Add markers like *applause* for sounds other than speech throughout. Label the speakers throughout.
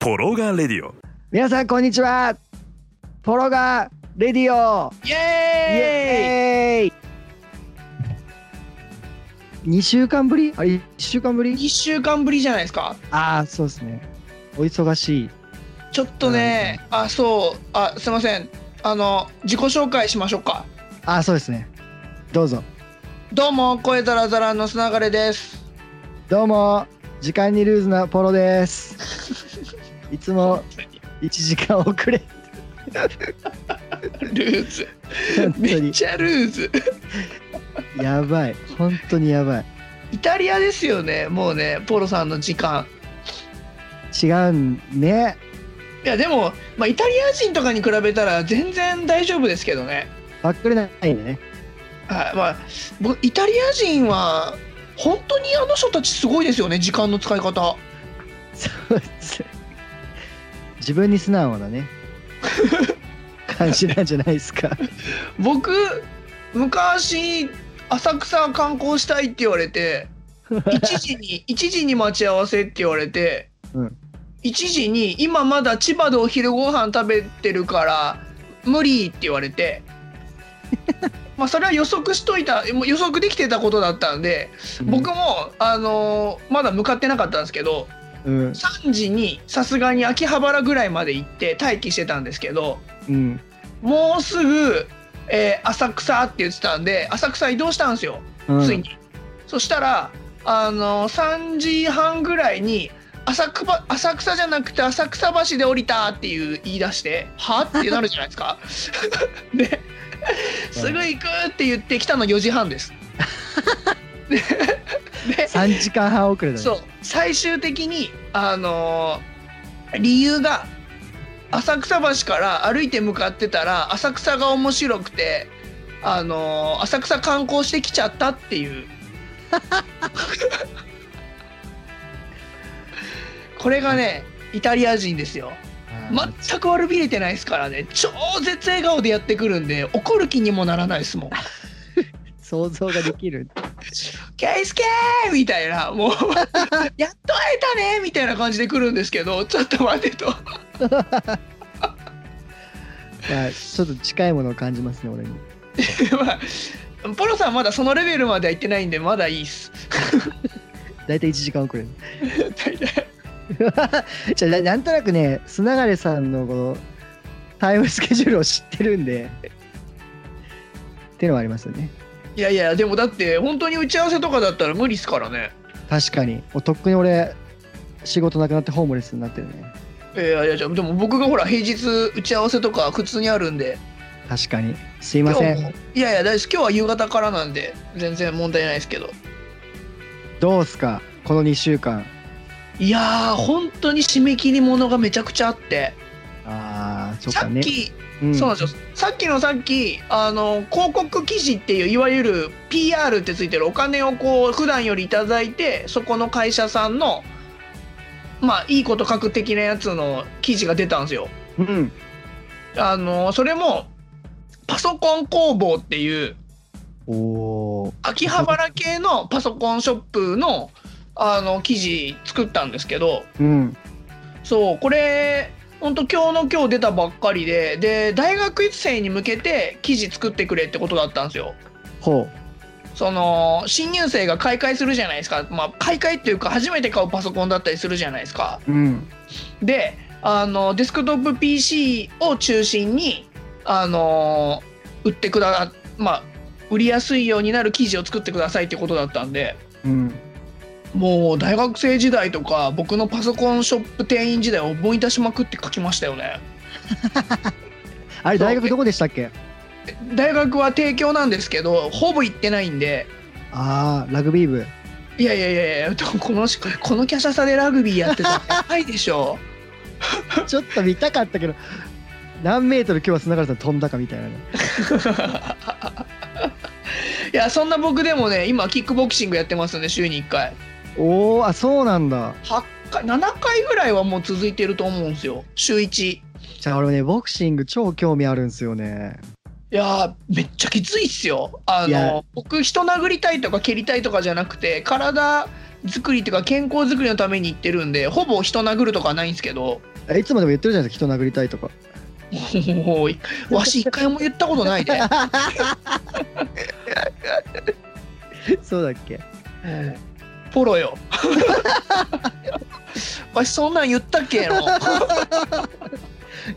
Speaker 1: ポロガレディオ
Speaker 2: 皆さんこんにちはポロガレディオ
Speaker 3: イ
Speaker 2: イ
Speaker 3: エーイ
Speaker 2: エーイ2週間ぶりあれ1週間ぶり
Speaker 3: 一週間ぶりじゃないですか
Speaker 2: ああそうですねお忙しい
Speaker 3: ちょっとね、あそうあすいませんあの自己紹介しましょうか
Speaker 2: ああそうですねどうぞ
Speaker 3: どうも声ザラザラのつながれです
Speaker 2: どうも時間にルーズなポロです
Speaker 3: *laughs*
Speaker 2: いつも1時間遅れ
Speaker 3: ルーズ
Speaker 2: 本当
Speaker 3: めっ
Speaker 2: に
Speaker 3: ちゃルーズ
Speaker 2: やばい本当にやばい
Speaker 3: イタリアですよねもうねポロさんの時間
Speaker 2: 違うんね
Speaker 3: いやでも、まあ、イタリア人とかに比べたら全然大丈夫ですけどね
Speaker 2: バックレないんでね
Speaker 3: はいまあ僕イタリア人は本当にあの人たちすごいですよね時間の使い方
Speaker 2: そうです自分に素直なね感じなんじゃないですか
Speaker 3: 僕昔浅草観光したいって言わ
Speaker 2: *laughs*
Speaker 3: れて1時に1時に待ち合わせって言われて、
Speaker 2: うん
Speaker 3: 1時に今まだ千葉でお昼ご飯食べてるから無理って言わ
Speaker 2: *laughs*
Speaker 3: れてまあそれは予測しといたもう予測できてたことだったんで *laughs* 僕も、あのーまだ向かってなかったんですけど
Speaker 2: うん
Speaker 3: 3時にさすがに秋葉原ぐらいまで行って待機してたんですけど
Speaker 2: うん
Speaker 3: もうすぐ、えー浅草って言ってたんで浅草移動したんですよ
Speaker 2: うん
Speaker 3: ついに、そしたらあの3時半ぐらいに浅くば浅草じゃなくて浅草橋で降りたっていう言い出してはってなるじゃないですか *laughs* ですぐ行くって言ってきたの4時半ですでで
Speaker 2: 3時間半遅れだね
Speaker 3: そう最終的にあのー理由が浅草橋から歩いて向かってたら浅草が面白くてあのー浅草観光してきちゃったっていうこれがねイタリア人ですよ
Speaker 2: あー
Speaker 3: 全く悪びれてないですからね超絶笑顔でやってくるんで怒る気にもならないですもん
Speaker 2: 想像ができる *laughs*
Speaker 3: ケイスケーみたいな、もう、やっと会えたねみたいな感じで来るんですけど、ちょっと待てと。
Speaker 2: ま
Speaker 3: *laughs*
Speaker 2: あちょっと近いものを感じますね俺に
Speaker 3: まあポロさんまだそのレベルまでは行ってないんで、まだいいっす。 *laughs*
Speaker 2: 大体1時間遅れ *laughs* る
Speaker 3: 大体
Speaker 2: じゃあななんとなくね砂がれさんのこのタイムスケジュールを知ってるんでっていうのはありますよね
Speaker 3: いやいや、でもだって、本当に打ち合わせとかだったら無理っすからね。
Speaker 2: 確かにもうとっくに俺仕事なくなってホームレスになってるね
Speaker 3: いやいや、じゃあでも僕がほら、平日打ち合わせとか普通にあるんで、
Speaker 2: 確かにすいませ
Speaker 3: 今日
Speaker 2: ん
Speaker 3: もいやいや、大丈夫です。今日は夕方からなんで、全然問題ないですけど。
Speaker 2: どうすかこの2週間
Speaker 3: いやー、本当に締め切りものがめちゃくちゃあって、
Speaker 2: あーそっ
Speaker 3: さ
Speaker 2: か
Speaker 3: っ
Speaker 2: ね
Speaker 3: き、
Speaker 2: うん
Speaker 3: そうなんですよさっきのさっきあの広告記事っていういわゆる PR ってついてるお金をこう普段よりいただいてそこの会社さんのまあいいこと書く的なやつの記事が出たんですよ。
Speaker 2: うん
Speaker 3: あのそれもパソコン工房っていう
Speaker 2: おお
Speaker 3: 秋葉原系のパソコンショップのあの記事作ったんですけど
Speaker 2: ーうん
Speaker 3: そうこれ本当今日の今日出たばっかりでで大学生に向けて記事作ってくれってことだったんですよ。
Speaker 2: ほう
Speaker 3: その新入生が買い替えするじゃないですか、まあ、買い替えっていうか初めて買うパソコンだったりするじゃないですか
Speaker 2: うん
Speaker 3: であのデスクトップ PC を中心にあの売ってくだまあ売りやすいようになる記事を作ってくださいってことだったんで
Speaker 2: うん
Speaker 3: もう大学生時代とか僕のパソコンショップ店員時代を思い出しまくって書きましたよね
Speaker 2: あれ
Speaker 3: そう
Speaker 2: 大学どこでしたっけ
Speaker 3: 大学は帝京なんですけどほぼ行ってないんで
Speaker 2: ああラグビ
Speaker 3: *laughs*
Speaker 2: ー部
Speaker 3: いやいやいやいやこのしこの華奢さでラグビーやってたらやばいでしょ
Speaker 2: ちょっと見たかったけど何メートル今日は砂川さん飛んだかみたいなね
Speaker 3: いやそんな僕でもね今キックボクシングやってますんで週に1回
Speaker 2: おおあそうなんだ
Speaker 3: 8回7回ぐらいはもう続いてると思うんですよ週1い
Speaker 2: じゃあ俺ねボクシング超興味あるんですよね
Speaker 3: やーめっちゃきついっすよあ
Speaker 2: いや
Speaker 3: の僕人殴りたいとか蹴りたいとかじゃなくて体作りとか健康作りのために行ってるんでほぼ人殴るとかはないんですけど
Speaker 2: えいつまでも言ってるじゃないですか人殴りたいとか
Speaker 3: おいわし一回も言ったことな
Speaker 2: *laughs*
Speaker 3: いで、
Speaker 2: そうだっけ
Speaker 3: ポロよわしそんなん言ったっけの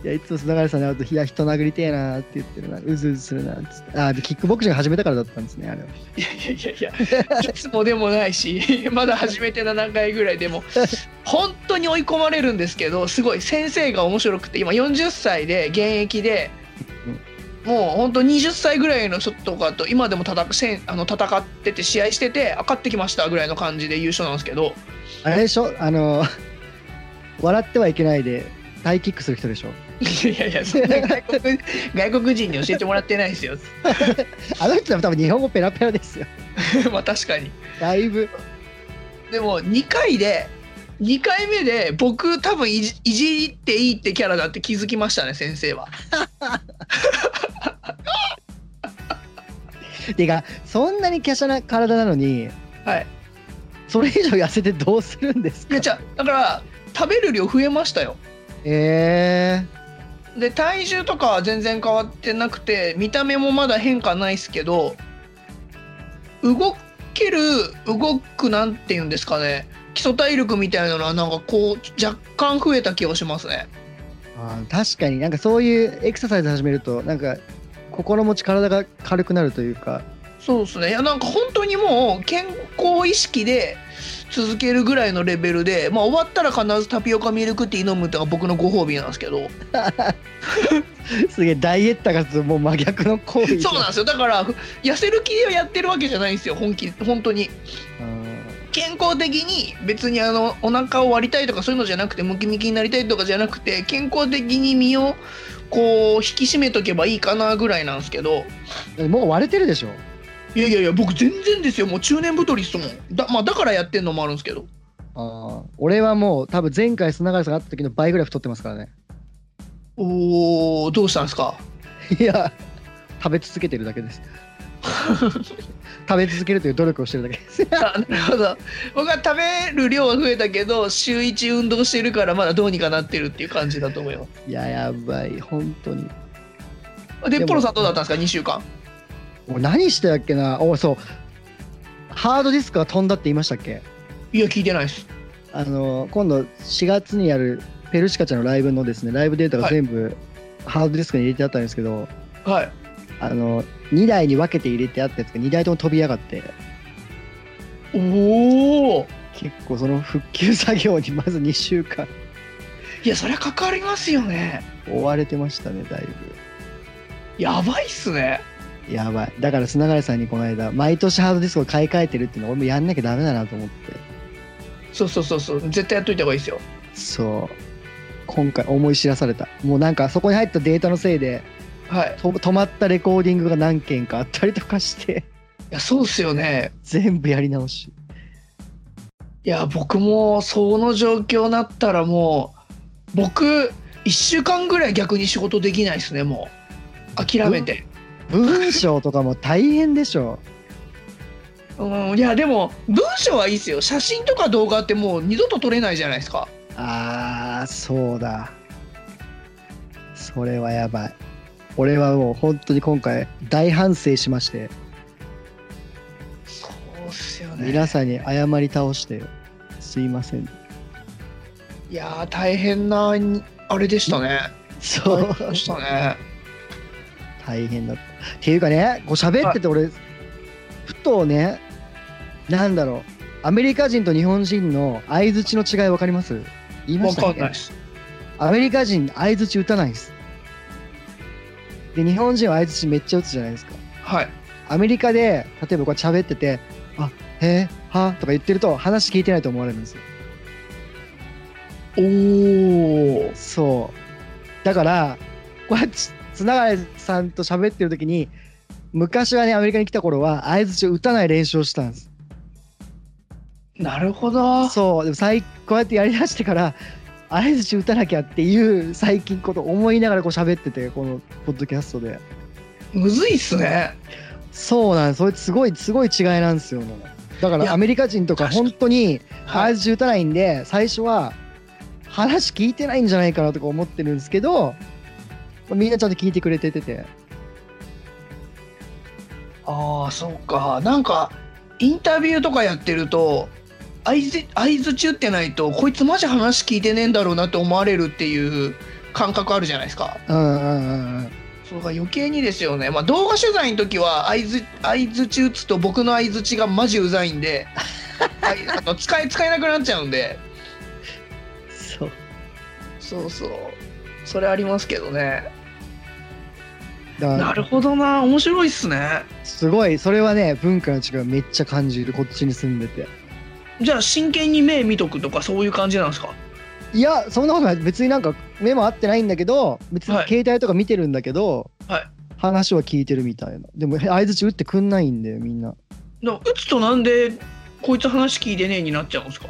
Speaker 2: いやいつも砂川さんに会うと「いや人殴りてえな」って言ってるなうずうずするなっつってあーでキックボクシング始めたからだったんですねあれはい
Speaker 3: やいやいやいやいつもでもないし *laughs* まだ始めて7回ぐらいでも本当に追い込まれるんですけどすごい先生が面白くて今40歳で現役でもう本当20歳ぐらいの人とかと今でも戦せんあの戦ってて試合しててあ勝ってきましたぐらいの感じで優勝なんですけど *laughs*
Speaker 2: あれでしょあの笑ってはいけないでタイキックする人でしょ
Speaker 3: いやいやそんな外国外国人に教えてもらってないですよ *laughs*
Speaker 2: あの人は多分日本語ペラペラですよ
Speaker 3: まあ確かに
Speaker 2: だいぶ
Speaker 3: でも2回で2回目で僕多分いじいじっていいってキャラだって気づきましたね先生は
Speaker 2: てかそんなに華奢な体なのに
Speaker 3: はい
Speaker 2: それ以上痩せてどうするんです
Speaker 3: *laughs* い
Speaker 2: か
Speaker 3: やじゃだから食べる量増えましたよ
Speaker 2: え
Speaker 3: で体重とかは全然変わってなくて見た目もまだ変化ないっすけど動ける動くなんて言うんですかね基礎体力みたいなのはなんかこう若干増えた気がしますね
Speaker 2: ー、あー確かになんかそういうエクササイズ始めるとなんか心持ち体が軽くなるという
Speaker 3: *laughs*
Speaker 2: か
Speaker 3: そうですねいやなんか本当にもう健康意識で続けるぐらいのレベルで、まあ、終わったら必ずタピオカミルクティー飲むってのが僕のご褒美なんですけど
Speaker 2: すげえダイエッターがもう真逆の行為
Speaker 3: そうなんですよだからふ痩せる気でやってるわけじゃないんですよ本気本当に
Speaker 2: うん
Speaker 3: 健康的に別にあのお腹を割りたいとかそういうのじゃなくてムキムキになりたいとかじゃなくて健康的に身をこう引き締めとけばいいかなぐらいなんですけど
Speaker 2: もう割れてるでしょ
Speaker 3: いやいやいや僕全然ですよもう中年太りっすもんだ,、まあ、だからやってんのもあるんですけど
Speaker 2: あー俺はもう多分前回砂川さんが会った時の倍ぐらい太ってますからね *laughs*
Speaker 3: おーどうしたんですか
Speaker 2: いや食べ続けてるだけです *laughs* 食べ続けるという努力をしてるだけです
Speaker 3: あなるほど僕は食べる量は増えたけど週1運動してるからまだどうにかなってるっていう感じだと思いま
Speaker 2: いややばい本当に
Speaker 3: すで
Speaker 2: でも
Speaker 3: ポロさんどうだったんですか2週間
Speaker 2: 俺何してたっけなおそうハードディスクが飛んだって言いましたっけ
Speaker 3: いや聞いてないです
Speaker 2: あの今度4月にやるペルシカちゃんのライブのですねライブデータが全部ハードディスクに入れてあったんですけど、
Speaker 3: はい
Speaker 2: あの2台に分けて入れてあったやつが2台とも飛びやがって
Speaker 3: おお
Speaker 2: 結構その復旧作業にまず2週間
Speaker 3: いやそりゃかかりますよね
Speaker 2: 追われてましたねだい
Speaker 3: やばいっすね
Speaker 2: ぶやばいだから砂川さんにこの間毎年ハードディスクを買い替えてるっていうの俺もやんなきゃダメだなと思って
Speaker 3: そうそうそうそう絶対やっといた方がいいですよ
Speaker 2: そう今回思い知らされたもうなんかそこに入ったデータのせいで
Speaker 3: はいい
Speaker 2: と止まったレコーディングが何件かあったりとかして
Speaker 3: やそうっすよね
Speaker 2: 全部やり直し
Speaker 3: いや僕もその状況になったらもう僕1週間ぐらい逆に仕事できないっすねもう諦めて
Speaker 2: 文章とかも大変でしょ
Speaker 3: うん、いやでも文章はいいですよ写真とか動画ってもう二度と撮れないじゃないですか
Speaker 2: あーそうだそれはやばい俺はもう本当に今回大反省しまして
Speaker 3: そうっすよ
Speaker 2: 皆さんに謝り倒してすいません
Speaker 3: いやー大変なにあれでしたね
Speaker 2: そ
Speaker 3: 大
Speaker 2: う
Speaker 3: 変でしたね
Speaker 2: 大変だったっていうかねこう喋ってて俺ふとねなんだろうアメリカ人と日本人の相づちの違い分かります言いま
Speaker 3: 分
Speaker 2: した
Speaker 3: か
Speaker 2: っ
Speaker 3: んない
Speaker 2: け
Speaker 3: です
Speaker 2: アメリカ人相づち打たないんですで日本人は相づちめっちゃ打つじゃないですか
Speaker 3: はい
Speaker 2: アメリカで例えばこう喋ってて「あへえは?」とか言ってると話聞いてないと思われるんですよ
Speaker 3: おお
Speaker 2: そうだからこうやって綱川さんと喋ってる時に昔はねアメリカに来た頃は相づちを打たない練習をしたんです
Speaker 3: なるほど
Speaker 2: そうでも最こうやってやりだしてから相づち打たなきゃっていう最近こと思いながらこう喋っててこのポッドキャストで
Speaker 3: むずいっすね
Speaker 2: そうなんですそれすごいすごい違いなんですよねだか
Speaker 3: いや
Speaker 2: らアメリカ人とか
Speaker 3: 確かに
Speaker 2: 本当に
Speaker 3: はい
Speaker 2: 相づち打たないんで最初は話聞いてないんじゃないかなとか思ってるんですけど、まあみんなちゃんと聞いてくれててて、
Speaker 3: ああそうかなんかインタビューとかやってると相づ相づち打ってないとこいつマジ話聞いてねえんだろうなって思われるっていう感覚あるじゃないですか
Speaker 2: うんうんうんうん。
Speaker 3: そうか余計にですよね、まあ、動画取材の時は相づ相づち打つと僕の相づちがマジうざいんではいあ *laughs* の使え使えなくなっちゃうんで
Speaker 2: そう。
Speaker 3: そうそうそれありますけどね
Speaker 2: だから
Speaker 3: なるほどな面白いっすね
Speaker 2: すごい、それはね、文化の違いをめっちゃ感じる、こっちに住んでて。
Speaker 3: じゃあ真剣に目見とくとかそういう感じなんですか
Speaker 2: いや、そんなことない。別になんか目も合ってないんだけど、別に
Speaker 3: はい
Speaker 2: 携帯とか見てるんだけど、
Speaker 3: はい
Speaker 2: 話は聞いてるみたいな。でも、相づち打ってくんないんだよ、みんな。
Speaker 3: な打つとなんでこいつ話聞いてねえになっちゃうんですか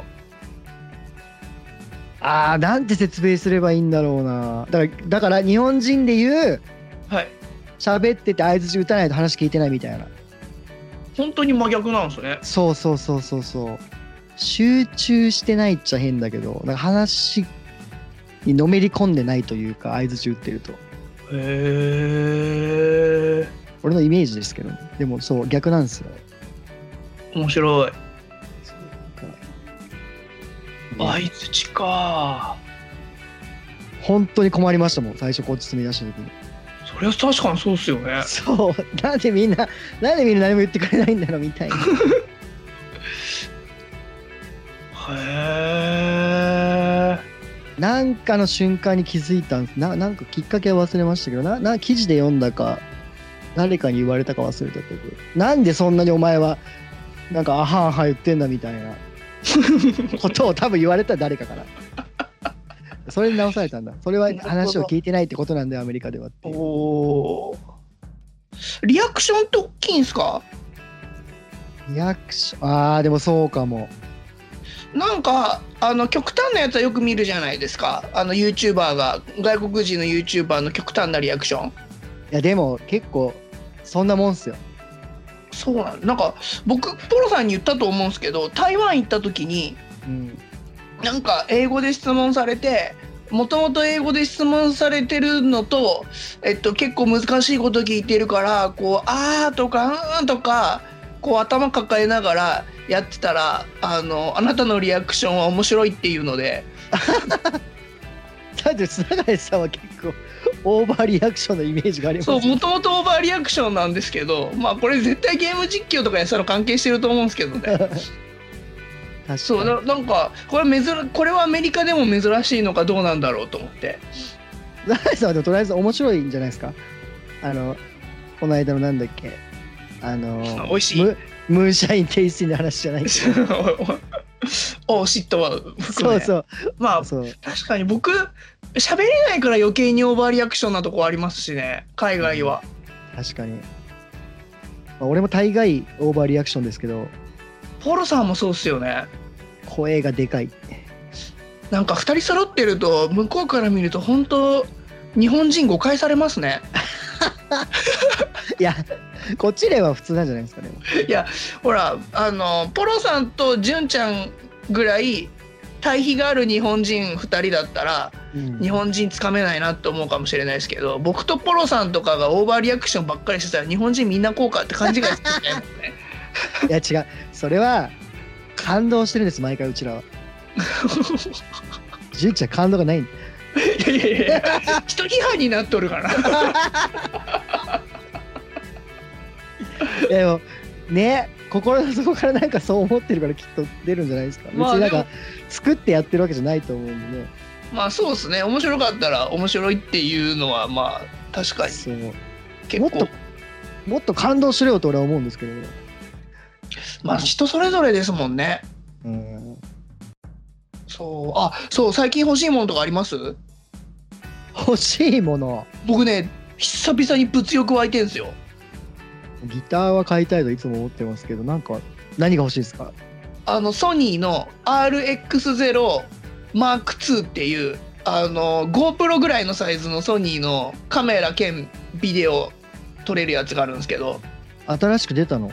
Speaker 2: あー、なんて説明すればいいんだろうな。だから、だから日本人で言う、
Speaker 3: はい
Speaker 2: 喋ってて相づち打たないと話聞いてないみたいな。
Speaker 3: 本当に真逆なんですね
Speaker 2: そうそうそうそうそう。集中してないっちゃ変だけど、なんか話にのめり込んでないというか、相づち打ってると。
Speaker 3: へえ
Speaker 2: 俺のイメージですけど、でもそう、逆なんですよ。
Speaker 3: 面白
Speaker 2: そ
Speaker 3: い
Speaker 2: うだから
Speaker 3: 相づちか
Speaker 2: 本当に困りましたもん最初こっち住み出した時に
Speaker 3: それは確かにそうっすよね
Speaker 2: そうなんでみんななんでみんな何も言ってくれないんだろうみたいな
Speaker 3: へえ
Speaker 2: なんかの瞬間に気づいたんですななんかきっかけは忘れましたけどなな記事で読んだか誰かに言われたか忘れたけどなんでそんなにお前はなんかあはあは言ってんだみたいな *laughs* ことを多分言われた誰かからそれに直されたんだそれは話を聞いてないってことなんだよアメリカではっていう
Speaker 3: おーリアクションって大きいんすか
Speaker 2: リアクションああでもそうかも
Speaker 3: なんかあの極端なやつはよく見るじゃないですかあの YouTuber が外国人の YouTuber の極端なリアクション
Speaker 2: いやでも結構そんなもんっすよ
Speaker 3: そうなんなんか僕ポロさんに言ったと思うんですけど台湾行った時に
Speaker 2: うん
Speaker 3: なんか英語で質問されてもともと英語で質問されてるのと、えっと、結構難しいこと聞いてるからこう「あー」とか「あー」とかこう頭抱えながらやってたらあの「あなたのリアクションは面白い」っていうので
Speaker 2: だって砂谷さんは結構オーバーリアクションのイメージがあります
Speaker 3: そうもともとオーバーリアクションなんですけどまあこれ絶対ゲーム実況とかやったら関係してると思うんですけどね。
Speaker 2: 確かに
Speaker 3: そうななんかこれは珍これはアメリカでも珍しいのかどうなんだろうと思って
Speaker 2: 砂谷さんはでもとりあえず面白いんじゃないですかあのこの間のなんだっけあの
Speaker 3: あ美味しい
Speaker 2: ムムーンシャインテイスティンの話じ
Speaker 3: *laughs*
Speaker 2: ゃない
Speaker 3: おお嫉妬は含
Speaker 2: そ
Speaker 3: め
Speaker 2: うそう
Speaker 3: まあ
Speaker 2: そう
Speaker 3: 確かに僕喋れないから余計にオーバーリアクションなとこありますしね海外は、
Speaker 2: 確かに、まあ、俺も大概オーバーリアクションですけど
Speaker 3: ポロさんもそうっすよね
Speaker 2: 声がでかい *laughs*
Speaker 3: なんか2人揃ってると向こうから見ると本当日本人誤解されますね
Speaker 2: いやこっちでは普通なんじゃないですかね
Speaker 3: いやほらあのポロさんと純ちゃんぐらい対比がある日本人2人だったら
Speaker 2: うん
Speaker 3: 日本人つかめないなって思うかもしれないですけど僕とポロさんとかがオーバーリアクションばっかりしてたら日本人みんなこうかって感じがするんだよね
Speaker 2: いや違うそれは感動してるんです毎回うちらは純ちゃん感動がないんだ
Speaker 3: いやいやいや人批判になっとるから *laughs*
Speaker 2: い *laughs* やでもね心の底からなんかそう思ってるからきっと出るんじゃないですか、
Speaker 3: まあ
Speaker 2: 別になんか
Speaker 3: で
Speaker 2: 作ってやってるわけじゃないと思うんでね
Speaker 3: まあそうですね面白かったら面白いっていうのはまあ確かに
Speaker 2: そうも
Speaker 3: 結
Speaker 2: っと
Speaker 3: 構
Speaker 2: もっと感動しろよと俺は思うんですけどね
Speaker 3: まあ人それぞれですもんね
Speaker 2: うん
Speaker 3: そうあそう最近欲しいものとかあります
Speaker 2: 欲しいもの
Speaker 3: 僕ね久々に物欲湧いてんすよ
Speaker 2: ギターは買いたいといつも思ってますけどなんか何が欲しいですか
Speaker 3: あのソニーの RX0 マーク2っていうあの GoPro ぐらいのサイズのソニーのカメラ兼ビデオ撮れるやつがあるんですけど
Speaker 2: 新しく出たの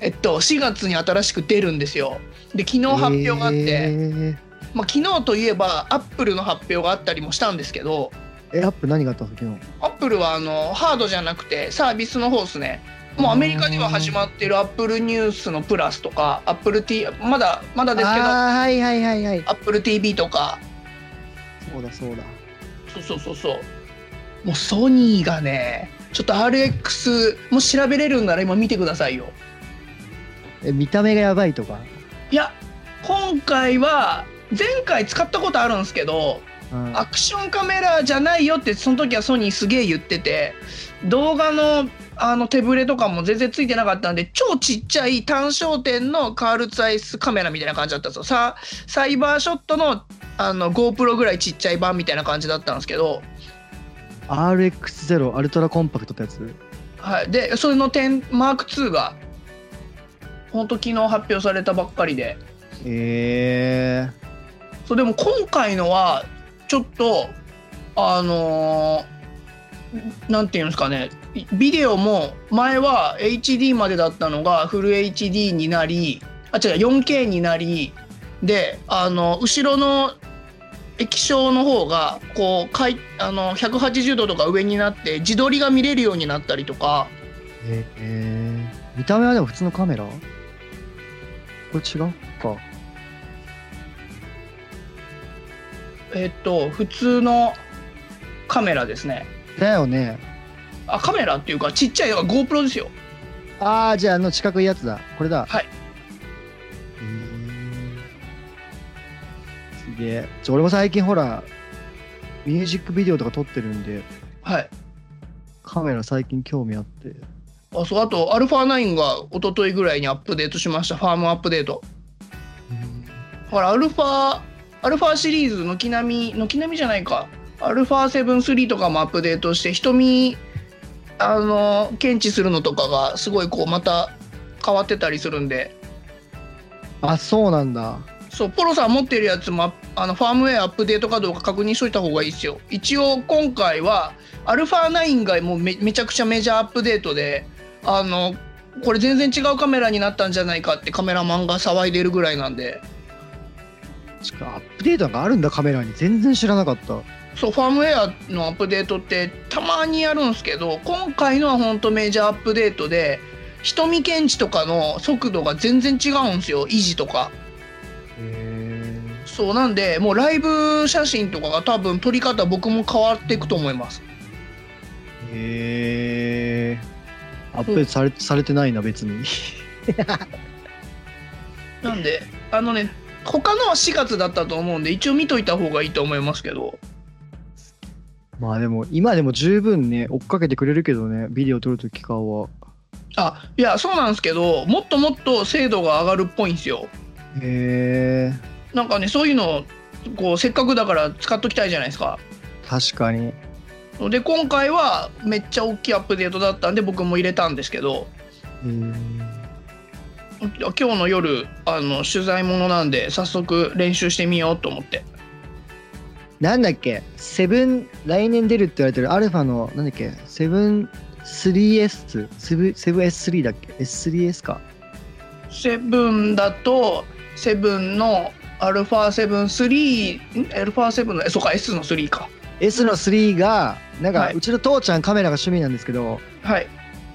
Speaker 3: えっと4月に新しく出るんですよで昨日
Speaker 2: の
Speaker 3: 発表があって、
Speaker 2: えー
Speaker 3: まあ、昨日といえばアップルの発表があったりもしたんですけど
Speaker 2: え、アップ何があったの昨日。
Speaker 3: アップルはあのハードじゃなくてサービスの方ですねもうアメリカでは始まってるアップルニュースのプラスとかアップル T まだまだですけどア
Speaker 2: あーはいはいはいはい。
Speaker 3: ップル TV とか
Speaker 2: そうだそうだ。
Speaker 3: そうそうそうそうもうソニーがねちょっと RX も調べれるんなら今見てくださいよ
Speaker 2: え、見た目がやばいとか。
Speaker 3: いや今回は前回使ったことあるんですけど
Speaker 2: うん
Speaker 3: アクションカメラじゃないよってその時はソニーすげえ言ってて動画のあの手ぶれとかも全然ついてなかったんで超ちっちゃい単焦点のカールツアイスカメラみたいな感じだったんですよさサイバーショットのあの GoPro ぐらいちっちゃい版みたいな感じだったんですけど、
Speaker 2: RX0 アルトラコンパクトってやつ。
Speaker 3: はい、でそれの点マーク2がほんと昨日発表されたばっかりで
Speaker 2: ええ
Speaker 3: そうでも今回のはちょっとあのーなんていうんですかねいビデオも前は HD までだったのがフル HD になりあ違う 4K になりであの後ろの液晶の方がこうかいあの180度とか上になって自撮りが見れるようになったりとか
Speaker 2: ええ見た目はでも普通のカメラこれ違うか。
Speaker 3: えっと普通のカメラですね
Speaker 2: だよね。
Speaker 3: あカメラっていうかちっちゃい GoPro ですよ
Speaker 2: ああ、じゃああの四角いやつだ。これだ。
Speaker 3: はい。
Speaker 2: すげえ。ちょ俺も最近ほら、ミュージックビデオとか撮ってるんで、
Speaker 3: はい
Speaker 2: カメラ最近興味あって。
Speaker 3: あそうあと α9 が一昨日ぐらいにアップデートしましたファームアップデートだから α アルファシリーズ軒並み軒並みじゃないか α73 とかもアップデートして瞳あの検知するのとかがすごいこうまた変わってたりするんで
Speaker 2: あ、そうなんだ。
Speaker 3: そうポロさん持ってるやつもあのファームウェアアップデートかどうか確認しといた方がいいですよ一応今回は α9 がもうめめちゃくちゃメジャーアップデートであのこれ全然違うカメラになったんじゃないかってカメラマンが騒いでるぐらいなんで
Speaker 2: しかアップデートがあるんだカメラに全然知らなかった
Speaker 3: そうファームウェアのアップデートってたまにやるんですけど今回のはほんとメジャーアップデートで瞳検知とかの速度が全然違うんですよ維持とか
Speaker 2: え
Speaker 3: そうなんでもうライブ写真とかが多分撮り方僕も変わっていくと思います
Speaker 2: へえアップデートされされてないな別に *laughs*
Speaker 3: なんで、あのね、他のは4月だったと思うんで、一応見といた方がいいと思いますけど、
Speaker 2: まあでも今でも十分ね追っかけてくれるけどねビデオ撮るときかは
Speaker 3: あいや、そうなんですけど、もっともっと精度が上がるっぽいんですよ。
Speaker 2: へえ
Speaker 3: なんかね、そういうの、こうせっかくだから使っときたいじゃないですか。
Speaker 2: 確かに
Speaker 3: で、今回はめっちゃ大きいアップデートだったんで、僕も入れたんですけど、今日の夜、あの取材ものなんで、早速練習してみようと思って。
Speaker 2: なんだっけセブン来年出るって言われてるアルファのなんだっけセブン 3S セブン S3 だっけ S3S か
Speaker 3: セブンだとセブンのアルファセブン3アルファセブンのえそうか S の3か
Speaker 2: S の3がなんか、
Speaker 3: はいう
Speaker 2: ちの父ちゃんカメラが趣味なんですけど
Speaker 3: はい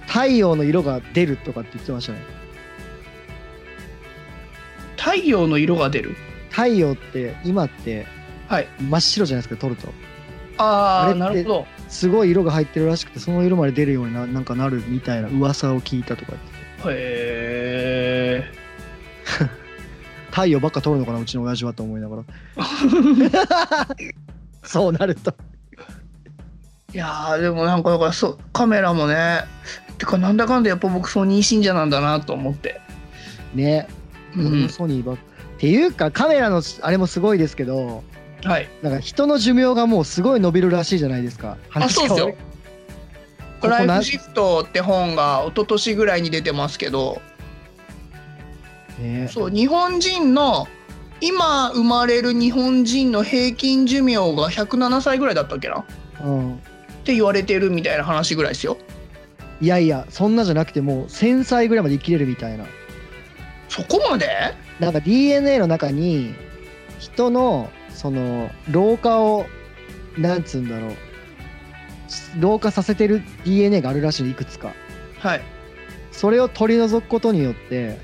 Speaker 2: 太陽の色が出るとかって言ってましたね
Speaker 3: 太陽の色が出る
Speaker 2: 太陽って今って
Speaker 3: はい
Speaker 2: 真っ白じゃないですか撮ると
Speaker 3: あ
Speaker 2: あれっ
Speaker 3: あ
Speaker 2: て
Speaker 3: なるほど
Speaker 2: すごい色が入ってるらしくてその色まで出るようにななんかなるみたいな噂を聞いたとか言って
Speaker 3: へえ
Speaker 2: 太陽ばっか撮るのかなうちの親父はと思いな
Speaker 3: *laughs*
Speaker 2: がらそうなると
Speaker 3: いやーでもなんかだからそうカメラもねてかなんだかんだやっぱ僕ソニー信者なんだなと思って
Speaker 2: ね、
Speaker 3: うん
Speaker 2: ソニーばっかっていうかカメラのあれもすごいですけど
Speaker 3: はい
Speaker 2: なんか人の寿命がもうすごい伸びるらしいじゃないですか
Speaker 3: あそうですよ「
Speaker 2: ここ
Speaker 3: ラ
Speaker 2: な
Speaker 3: イフシフト」って本が一昨年ぐらいに出てますけど
Speaker 2: ね
Speaker 3: そう日本人の今生まれる日本人の平均寿命が107歳ぐらいだったっけなっ
Speaker 2: うん
Speaker 3: て言われてるみたいな話ぐらいですよ
Speaker 2: いやいやそんなじゃなくてもう1000歳ぐらいまで生きれるみたいな
Speaker 3: そこまで
Speaker 2: なんか DNA の中に人のその老化をなんつうんだろう老化させてる DNA があるらしいのいくつか
Speaker 3: はい
Speaker 2: それを取り除くことによって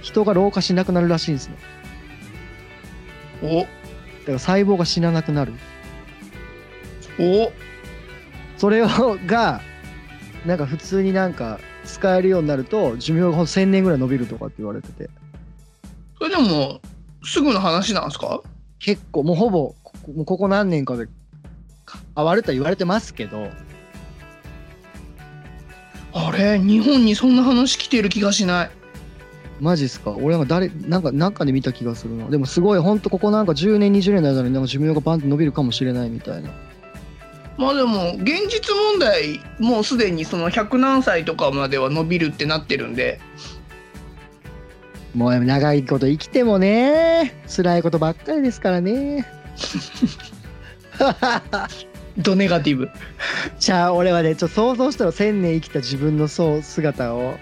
Speaker 2: 人が老化しなくなるらしいんですね
Speaker 3: お
Speaker 2: だから細胞が死ななくなる
Speaker 3: お
Speaker 2: それを *laughs* がなんか普通になんか使えるようになると寿命がほんと1000年ぐらい伸びるとかって言われてて
Speaker 3: それでもすぐの話なんですか
Speaker 2: 結構もうほぼここもうここ何年かで変わるとは言われてますけど
Speaker 3: あれ日本にそんな話来てる気がしない
Speaker 2: マジっすか俺なんか誰なんかなんかで見た気がするなでもすごいほんとここなんか10年20年の間になんか寿命がバンって伸びるかもしれないみたいな
Speaker 3: まあでも現実問題もうすでにその100何歳とかまでは伸びるってなってるんで
Speaker 2: もう長いこと生きてもね辛いことばっかりですからね
Speaker 3: ドネガティブ
Speaker 2: じゃあ俺はねちょっと想像したら1,000年生きた自分のそう姿を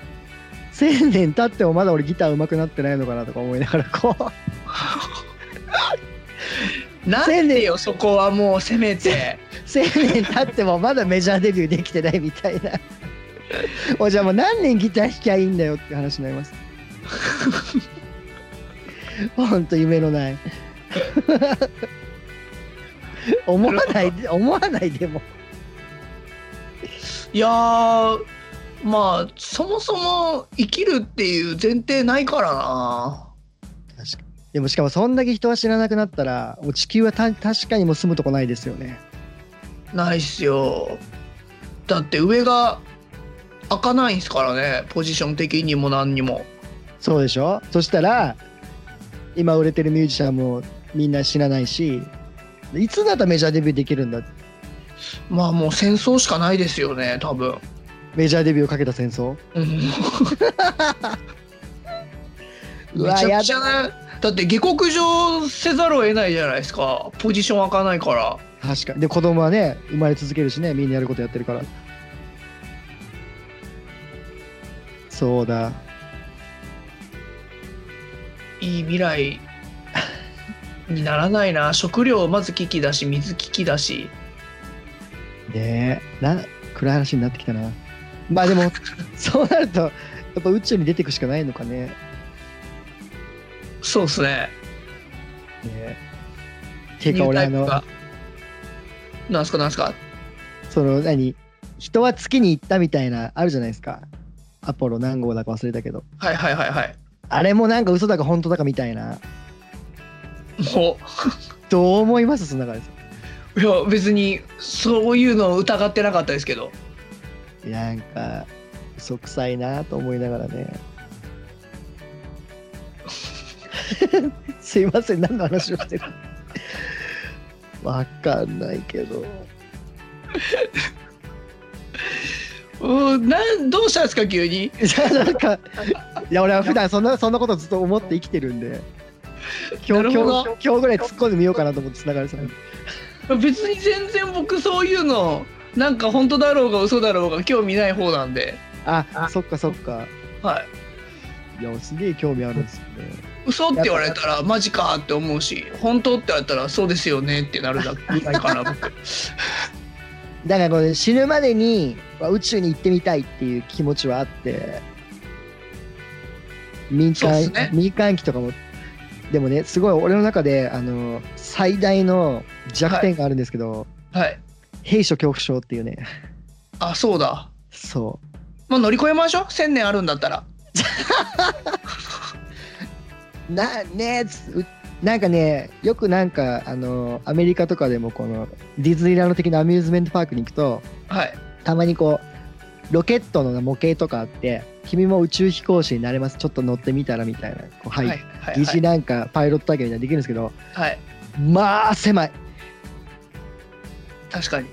Speaker 2: 1,000年経ってもまだ俺ギター上手くなってないのかなとか思いながらこう
Speaker 3: なんでよそこはもうせめて
Speaker 2: 1,000年経ってもまだメジャーデビューできてないみたいなおじゃあもう何年ギター弾きゃいいんだよって話になりますほんと夢のない思わないで思わないでも
Speaker 3: いやーまあそもそも生きるっていう前提ないからな
Speaker 2: でもしかもそんだけ人は知らなくなったらもう地球はた確かにもう住むとこないですよね
Speaker 3: ないっすよだって上が開かないんすからねポジション的にも何にも
Speaker 2: そうでしょそしたら今売れてるミュージシャンもみんな知らないしいつだったらメジャーデビューできるんだ
Speaker 3: まあもう戦争しかないですよね多分
Speaker 2: メジャーデビューをかけた戦争
Speaker 3: うん
Speaker 2: *laughs* う
Speaker 3: め
Speaker 2: わ
Speaker 3: ちゃくち
Speaker 2: や
Speaker 3: ゃなだって下克上せざるを得ないじゃないですかポジション開かないから
Speaker 2: 確かにで子供はね生まれ続けるしねみんなやることやってるからそうだ
Speaker 3: いい未来 *laughs* にならないな食料まず危機だし水危機だし
Speaker 2: ねえな暗い話になってきたなまあで
Speaker 3: *laughs*
Speaker 2: もそうなるとやっぱ宇宙に出てくしかないのかねね
Speaker 3: そうですね
Speaker 2: えていうか俺あ
Speaker 3: ニュ
Speaker 2: の
Speaker 3: ータイプがなんすかなんすか
Speaker 2: その何人は月に行ったみたいなあるじゃないですかアポロ何号だか忘れたけど
Speaker 3: はいはいはいはい
Speaker 2: あれもなんか嘘だか本当だかみたいな
Speaker 3: も
Speaker 2: どう思いますその中でさ
Speaker 3: ういや別にそういうのを疑ってなかったですけど
Speaker 2: いやなんか嘘くさいなと思いながらね *laughs* すいません何の話をしてるわかんないけど *laughs*
Speaker 3: うんなんどうしたんですか急に
Speaker 2: いやなんかいや俺は普段そんなそんなことずっと思って生きてるんで今
Speaker 3: なる
Speaker 2: 日
Speaker 3: ほ
Speaker 2: 今
Speaker 3: ど
Speaker 2: 日今日ぐらい突っ込んでみようかなと思って繋がるさん
Speaker 3: 別に全然僕そういうのなんか本当だろうが嘘だろうが興味ない方なんで
Speaker 2: あ
Speaker 3: あ
Speaker 2: そっかそっか
Speaker 3: はい
Speaker 2: いやすげえ興味あるんですよね
Speaker 3: 嘘って言われたらマジかって思うし本当って言われたらそうですよねってなるだけないかな *laughs* 僕
Speaker 2: だからこれ死ぬまでには宇宙に行ってみたいっていう気持ちはあって民間、
Speaker 3: そうっすね
Speaker 2: 民間機とかもでもねすごい俺の中であの最大の弱点があるんですけど、
Speaker 3: はい
Speaker 2: 兵所恐怖症っていうね *laughs*
Speaker 3: あそうだ
Speaker 2: そ
Speaker 3: まあ乗り越えましょう1,000年あるんだったら
Speaker 2: うなねつうなんかねよくなんかあのアメリカとかでもこのディズニーランド的なアミューズメントパークに行くと
Speaker 3: はい
Speaker 2: たまにこうロケットの模型とかあって君も宇宙飛行士になれますちょっと乗ってみたらみたいなこう
Speaker 3: は
Speaker 2: 入
Speaker 3: い
Speaker 2: っ
Speaker 3: はいはい
Speaker 2: 疑似なんかパイロット体験みたいなのできるんですけど
Speaker 3: はい
Speaker 2: まあ狭い
Speaker 3: 確かに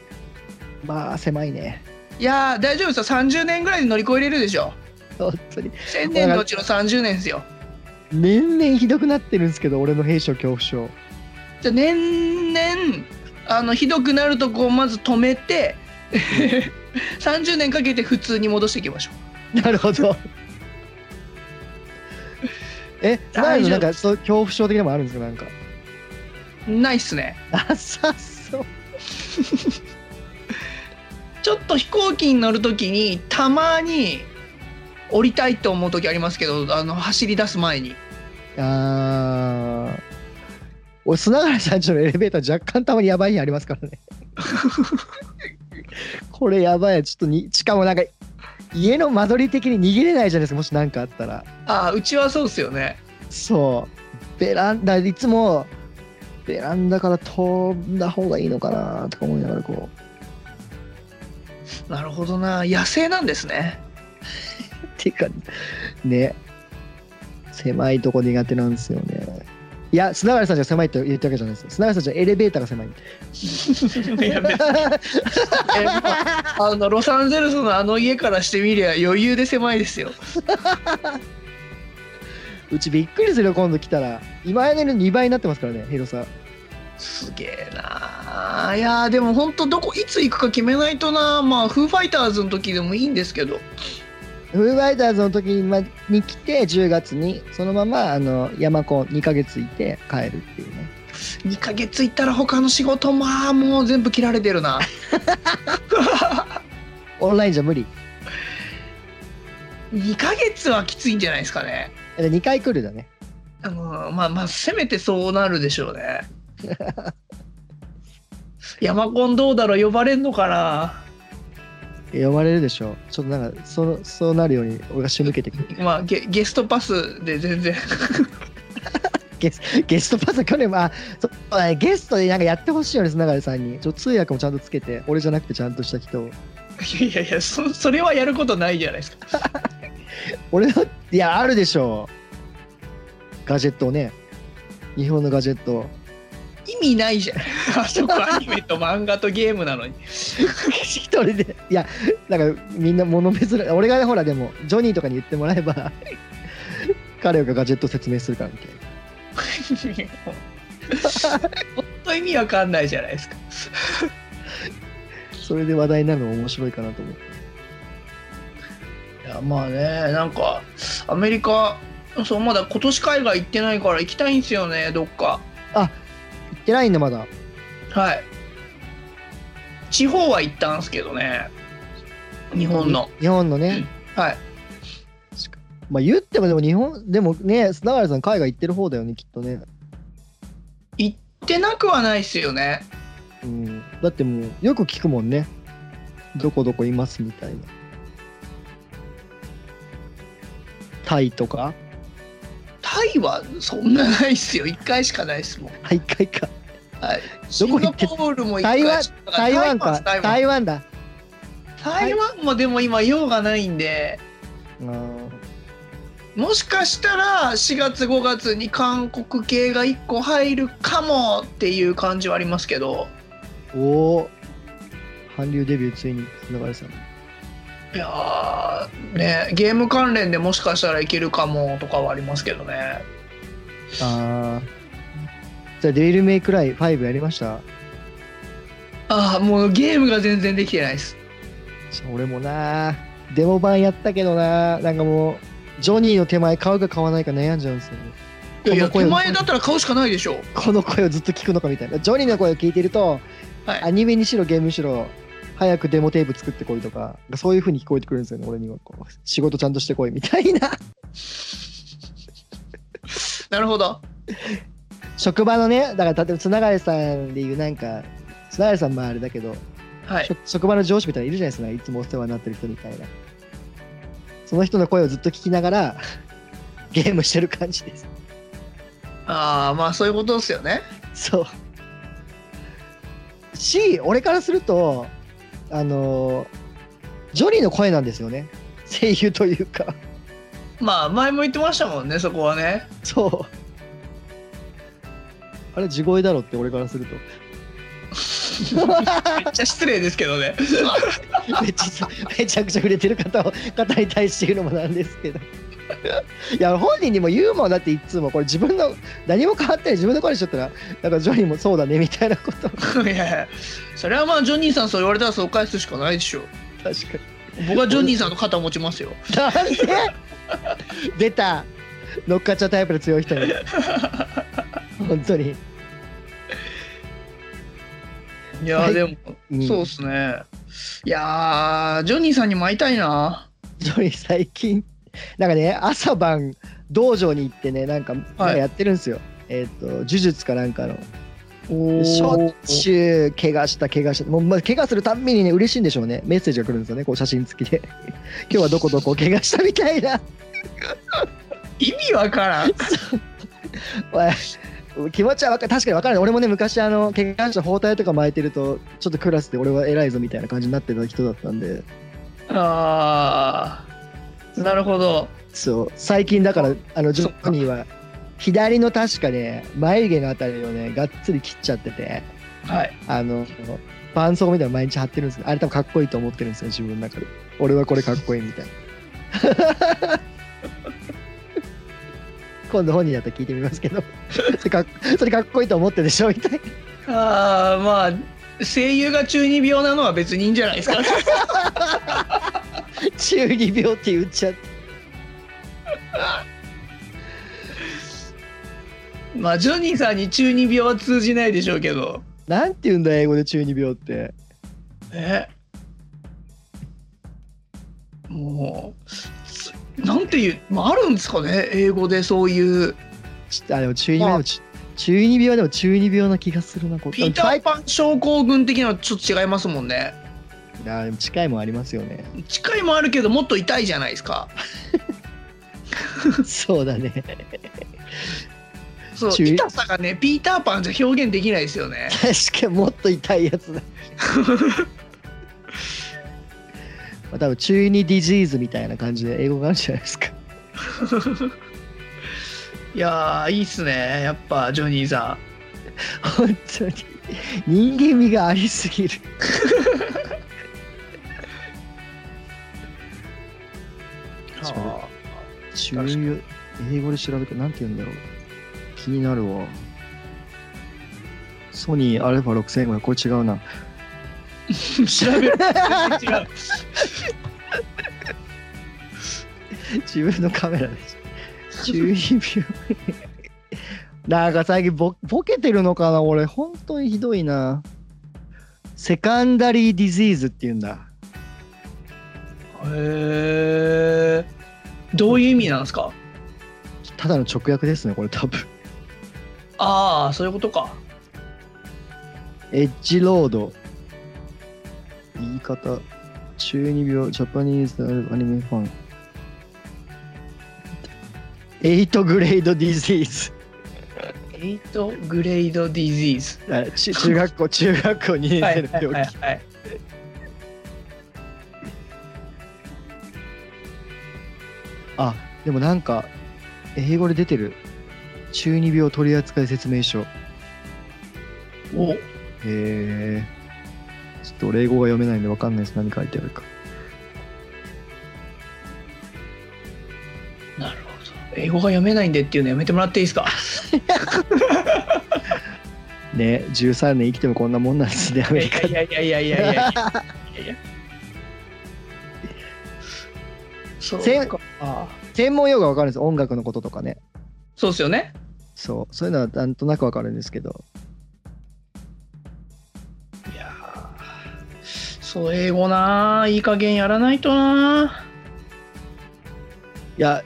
Speaker 2: まあ狭いね *laughs*
Speaker 3: いやー大丈夫ですよ30年ぐらいで乗り越えれるでしょ
Speaker 2: 本当に
Speaker 3: 1,000年のうちの30年ですよ
Speaker 2: 年々ひどくなってるんですけど俺の兵所恐怖症
Speaker 3: じゃあ年々あのひどくなるとこをまず止めて *laughs* 30年かけて普通に戻していきましょう
Speaker 2: なるほ *laughs* どえ前
Speaker 3: 大
Speaker 2: の
Speaker 3: 丈夫
Speaker 2: なんかそう恐怖症的なのもあるんですかなんか
Speaker 3: ないっすね
Speaker 2: なさそう。
Speaker 3: ちょっと飛行機に乗るときにたまに降りたいと思うときありますけどあの走り出す前に
Speaker 2: あー俺、砂原さんちのエレベーター若干たまにやばい日ありますからね。これやばいや、ちょっとに、しかもなんか、家の間取り的に逃げれないじゃないですか、もし何かあったら。
Speaker 3: ああうちはそうっすよね
Speaker 2: そう。ベランダ、いつも、ベランダから飛んだ方がいいのかなとか思いながら、こう。
Speaker 3: なるほどな野生なんですね
Speaker 2: ていうか、ね。狭いとこ苦手なんですよね。いや、砂原さんじゃ狭いと言ったわけじゃないですよ。砂原さんじゃエレベーターが狭い。
Speaker 3: いや別に *laughs* えまああのロサンゼルスのあの家からしてみりゃ余裕で狭いですよ
Speaker 2: うちびっくりするよ、今度来たら。今やねの2倍になってますからね、広さ。
Speaker 3: すげえなあいやーでもほんとどこいつ行くか決めないとなまあフーファイターズの時でもいいんですけど
Speaker 2: フーファイターズの時に,、ま、に来て、10月に、そのまま、あの、山子2ヶ月いて帰るっていうね。
Speaker 3: 2ヶ月行ったら他の仕事まあもう全部切られてるな
Speaker 2: オンラインじゃ無理。
Speaker 3: 2ヶ月はきついんじゃないですかね
Speaker 2: 2回来るだね。
Speaker 3: あのまあまあせめてそうなるでしょうね山コンどうだろう呼ばれんのかな
Speaker 2: 呼ばれるでしょう。ちょっとなんか、そのそうなるように、俺が仕向けてくる。 *laughs*
Speaker 3: まあゲゲストパスで全然
Speaker 2: ゲスゲストパス、去年も、あ、そうだねゲストでなんかやってほしいよね、砂川さんに。ちょ通訳もちゃんとつけて、俺じゃなくてちゃんとした人を。
Speaker 3: いやいやそそれはやることないじゃないですか
Speaker 2: 俺の、いや、あるでしょう。ガジェットをね。日本のガジェットを。
Speaker 3: 意味ないじゃん *laughs* あそこアニメと漫画とゲームなのに
Speaker 2: 一人でいやなんかみんな物珍い俺がねほらでもジョニーとかに言ってもらえば彼がガジェット説明するからみたいな
Speaker 3: 本当意味わかんないじゃないですか
Speaker 2: それで話題になるの面白いかなと思って
Speaker 3: いやまあねなんかアメリカそうまだ今年海外行ってないから行きたいんですよねどっか
Speaker 2: 行ってないんだまだ
Speaker 3: はい地方は行ったんすけどね日本の
Speaker 2: 日本のね、
Speaker 3: はい
Speaker 2: まあ言ってもでも日本でもね砂原さん海外行ってる方だよねきっとね、
Speaker 3: 行ってなくはないっすよね
Speaker 2: うん、だってもうよく聞くもんねどこどこいますみたいなタイとか
Speaker 3: タイはそんなないっすよ1回しかないっすもん
Speaker 2: あ一回か
Speaker 3: はいシ
Speaker 2: どこ
Speaker 3: ン
Speaker 2: 行
Speaker 3: ガ
Speaker 2: って
Speaker 3: ポールも1
Speaker 2: 台
Speaker 3: 回
Speaker 2: 湾
Speaker 3: しかない
Speaker 2: 台湾か
Speaker 3: 台湾台湾
Speaker 2: 台湾だ
Speaker 3: 台湾もでも今用がないんで
Speaker 2: うん
Speaker 3: もしかしたら4月5月に韓国系が1個入るかもっていう感じはありますけど
Speaker 2: おお韓流デビューついに流れさん
Speaker 3: いやーねゲーム関連でもしかしたらいけるかもとかはありますけどね
Speaker 2: ああじゃあ「デビル・メイ・クライ5」やりました
Speaker 3: ああもうゲームが全然できてないです
Speaker 2: 俺もなーデモ版やったけどなーなんかもうジョニーの手前買うか買わないか悩んじゃうんですよね
Speaker 3: いやいや
Speaker 2: この声
Speaker 3: 手前だったら買うしかないでしょ
Speaker 2: この声をずっと聞くのかみたいなジョニーの声を聞いてると、
Speaker 3: はい
Speaker 2: アニメにしろゲームにしろ早くデモテープ作ってこいとかそういう風に聞こえてくるんですよね俺にはこう仕事ちゃんとしてこいみたいな
Speaker 3: なるほど
Speaker 2: 職場のねだから例えば綱貝さんでいうなんか綱貝さんもあれだけど
Speaker 3: はい
Speaker 2: 職職場の上司みたいないるじゃないですかいつもお世話になってる人みたいなその人の声をずっと聞きながら *laughs* ゲームしてる感じです
Speaker 3: ああまあそういうことですよね
Speaker 2: そうし俺からするとあのージョニーの声なんですよね声優というか
Speaker 3: まあ前も言ってましたもんねそこはね
Speaker 2: そうあれ地声だろって俺からすると
Speaker 3: めっちゃ失礼ですけどね *laughs*
Speaker 2: めっちゃ *laughs* めちゃくちゃ触れてる方を方に対して言うのもなんですけどいや本人にも言うもんだっていつもこれ自分の何も変わってない自分の声にしちゃったらなんかジョニーもそうだねみたいなこと確か
Speaker 3: いやいやそれはまあジョニーさんそう言われたらそう返すしかないでしょ僕はジョニーさんの肩持ちますよ
Speaker 2: になんで出た乗っかっちゃうタイプの強い人に本当に
Speaker 3: いや
Speaker 2: は
Speaker 3: ー
Speaker 2: い
Speaker 3: でも、
Speaker 2: うん
Speaker 3: そうですねいやージョニーさんにも会いたいな
Speaker 2: ジョニー最近なんかね朝晩道場に行ってねなんかなんかやってるんですよ、えっ、と呪術かなんかの
Speaker 3: お
Speaker 2: しょっ
Speaker 3: ー
Speaker 2: ちゅう怪我した怪我したもう、まあ、怪我するたんびにね嬉しいんでしょうねメッセージが来るんですよねこう写真付きで *laughs* 今日はどこどこ怪我したみたいな
Speaker 3: 意味わからん
Speaker 2: おい気持ちはわか確かに分からない俺もね昔あの怪我した包帯とか巻いてるとちょっとクラスで俺は偉いぞみたいな感じになってた人だったんで
Speaker 3: あーなるほど
Speaker 2: そう最近だからあのジ
Speaker 3: そっ
Speaker 2: ョ
Speaker 3: か
Speaker 2: ニーは左の確かね眉毛のあたりをねがっつり切っちゃってて
Speaker 3: はい
Speaker 2: あの伴奏みたいなの毎日貼ってるんですねあれ多分かっこいいと思ってるんですよ自分の中で俺はこれかっこいいみたいな *laughs* 今度本人だったら聞いてみますけどそれかっそれかっこいいと思ってでしょみたいな
Speaker 3: あーまあ声優が中二病なのは別にいいんじゃな
Speaker 2: *laughs*
Speaker 3: いですか
Speaker 2: 中二病って言っちゃって
Speaker 3: まあジョニーさんに中二病は通じないでしょうけど
Speaker 2: なんて言うんだ英語で中二病って
Speaker 3: えもうつなんていう、まあ、あるんですかね英語でそういう
Speaker 2: ちあでも中二病でもち中二病でも中二病な気がするなこう
Speaker 3: ピーター・パン症候群的なのはちょっと違いますもんね
Speaker 2: あでも近いもんありますよね
Speaker 3: *laughs* 近いもあるけどもっと痛いじゃないですか
Speaker 2: そうだね
Speaker 3: そう
Speaker 2: 注意
Speaker 3: 痛さがねピーター・パンじゃ表現できないですよね
Speaker 2: 確かにもっと痛いやつだ *laughs* まあ多分中二ディジーズみたいな感じで英語があるじゃないですか
Speaker 3: いやーいいっすねやっぱジョニーさ
Speaker 2: 本当に人間味がありすぎる
Speaker 3: ん
Speaker 2: そう
Speaker 3: あ
Speaker 2: 中二英語で調べてなんて言うんだろう気になるわソニーアルファ6500これ違うな
Speaker 3: ー *laughs* 調べる全然違う
Speaker 2: 自分のカメラです。12秒。なんか最近ボボケてるのかな俺、本当にひどいな。セカンダリーディジーズっていうんだ。
Speaker 3: へえどういう意味なんですか
Speaker 2: ただの直訳ですね、これ多分。
Speaker 3: ああそういうことか
Speaker 2: エッジロード。言い方。中二病、ジャパニーズアニメファン。エイトグレードディジーズ。
Speaker 3: エイトグレードディジーズ
Speaker 2: あち中学校、 *laughs* 中学校2
Speaker 3: は
Speaker 2: 年生
Speaker 3: い
Speaker 2: の
Speaker 3: はい
Speaker 2: 病気。
Speaker 3: はいはい
Speaker 2: あでもなんか英語で出てる中二病取扱説明書へ
Speaker 3: お
Speaker 2: えちょっと俺英語が読めないんでわかんないです何書いてあるか
Speaker 3: なるほど英語が読めないんでっていうのやめてもらっていいですか
Speaker 2: ね13年生きてもこんなもんなんですねア
Speaker 3: い
Speaker 2: メ
Speaker 3: や
Speaker 2: リ
Speaker 3: い
Speaker 2: カ
Speaker 3: やいやいやいやいやいやいや *laughs* そう
Speaker 2: せん
Speaker 3: かあ
Speaker 2: 専門用語はわかるんです音楽のこととかね
Speaker 3: そうですよね
Speaker 2: そうそういうのはなんとなくわかるんですけど
Speaker 3: いやーそう英語なーいい加減やらないとない
Speaker 2: や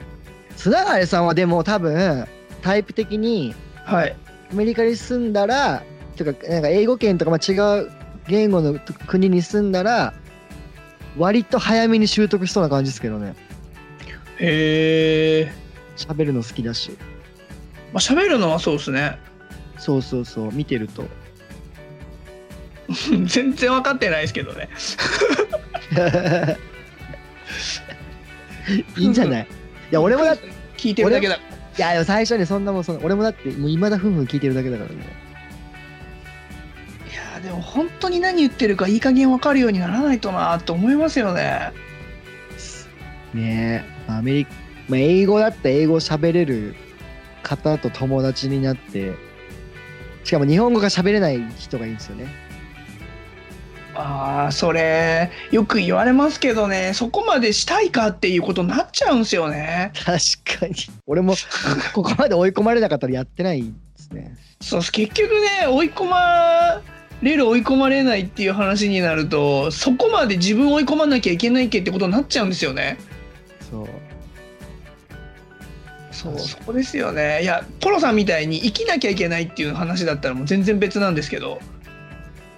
Speaker 2: 砂川さんはでも多分タイプ的に
Speaker 3: ーはい
Speaker 2: アメリカに住んだらてかなんか英語圏とかまあ違う言語の国に住んだら割と早めに習得しそうな感じですけどね
Speaker 3: へえ
Speaker 2: 喋るの好きだし
Speaker 3: まあ喋るのはそうですね *laughs*
Speaker 2: そうそうそう見てると
Speaker 3: 全然分かってないですけどね
Speaker 2: いいんじゃないいや俺もだってい
Speaker 3: 聞いてるだけだ
Speaker 2: やでも最初にそんなもんそんな俺もだってもう未だふんふん聞いてるだけだからね
Speaker 3: いやーでも本当に何言ってるかいい加減分かるようにならないとなーって思いますよね
Speaker 2: ねえアメリカ、まあ、英語だって英語喋れる方と友達になってしかも日本語が喋れない人がいいんですよね
Speaker 3: ああそれよく言われますけどねそこまでしたいかっていうことになっちゃうんですよね
Speaker 2: 確かに俺もここまで追い込まれなかったらやってないですね
Speaker 3: そう結局ね追い込まレール追い込まれないっていう話になるとそこまで自分を追い込まなきゃいけないっけってことになっちゃうんですよね。
Speaker 2: そう
Speaker 3: そうそこですよねいやポロさんみたいに生きなきゃいけないっていう話だったらもう全然別なんですけど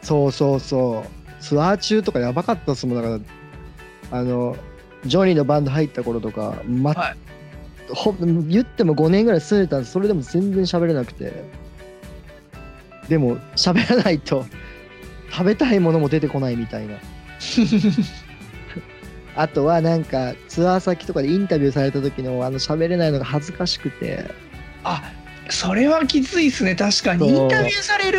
Speaker 2: そうそうそうツアー中とかやばかったっすもんだからあのジョニーのバンド入った頃とか、ま
Speaker 3: はい
Speaker 2: ほ言っても5年ぐらい住んでたんですそれでも全然喋れなくてでも喋らないと食べたいものも出てこないみたい
Speaker 3: *laughs*
Speaker 2: なあとはなんかツアー先とかでインタビューされた時のあの喋れないのが恥ずかしくて
Speaker 3: あそれはきついですね確かにイ
Speaker 2: そう
Speaker 3: ンタビューされる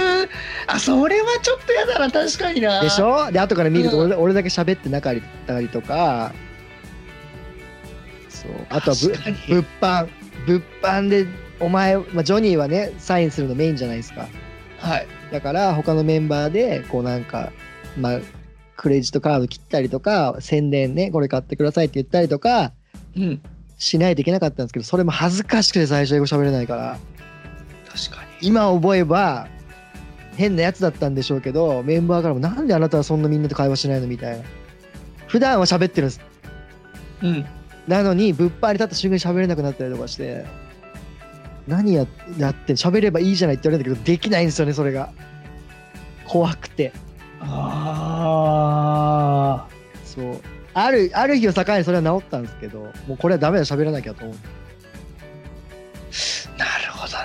Speaker 3: あそれはちょっとやだな確かにな
Speaker 2: でしょで後から見ると
Speaker 3: うん
Speaker 2: 俺,、俺だけ喋ってなかったりとかそうあとはぶ
Speaker 3: 確かに
Speaker 2: 物販物販でお前、まあ、ジョニーはねサインするのメインじゃないですか
Speaker 3: はい
Speaker 2: だから他のメンバーでこうなんかまあクレジットカード切ったりとか宣伝ねこれ買ってくださいって言ったりとか
Speaker 3: うん
Speaker 2: しないといけなかったんですけどそれも恥ずかしくて最初英語喋れないから
Speaker 3: 確かに
Speaker 2: 今覚えば変なやつだったんでしょうけどメンバーからも「なんであなたはそんなみんなと会話しないの?」みたいな普段は喋ってるんです
Speaker 3: うん
Speaker 2: なのに物販に立った瞬間に喋れなくなったりとかして何ややって喋ればいいじゃないって言われるんだけどできないんですよねそれが怖くて
Speaker 3: あー
Speaker 2: そうあるある日を境にそれは治ったんですけどもうこれはダメだ喋らなきゃと思って
Speaker 3: なるほどな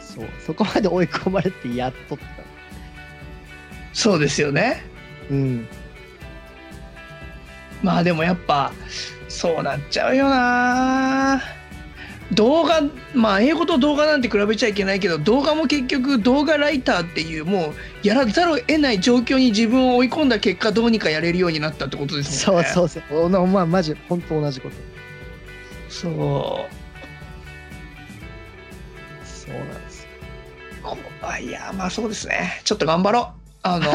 Speaker 2: そうそこまで追い込まれてやっとった
Speaker 3: そうですよね
Speaker 2: うん
Speaker 3: まあでもやっぱそうなっちゃうよな動画まあ英語と動画なんて比べちゃいけないけど動画も結局動画ライターっていうもうやらざるを得ない状況に自分を追い込んだ結果どうにかやれるようになったってことです
Speaker 2: そ
Speaker 3: もん
Speaker 2: う
Speaker 3: ね。
Speaker 2: そうそうおなまあマジ本当同じこと
Speaker 3: そう
Speaker 2: そうなんです
Speaker 3: 怖いいやまあそうですねちょっと頑張ろうあの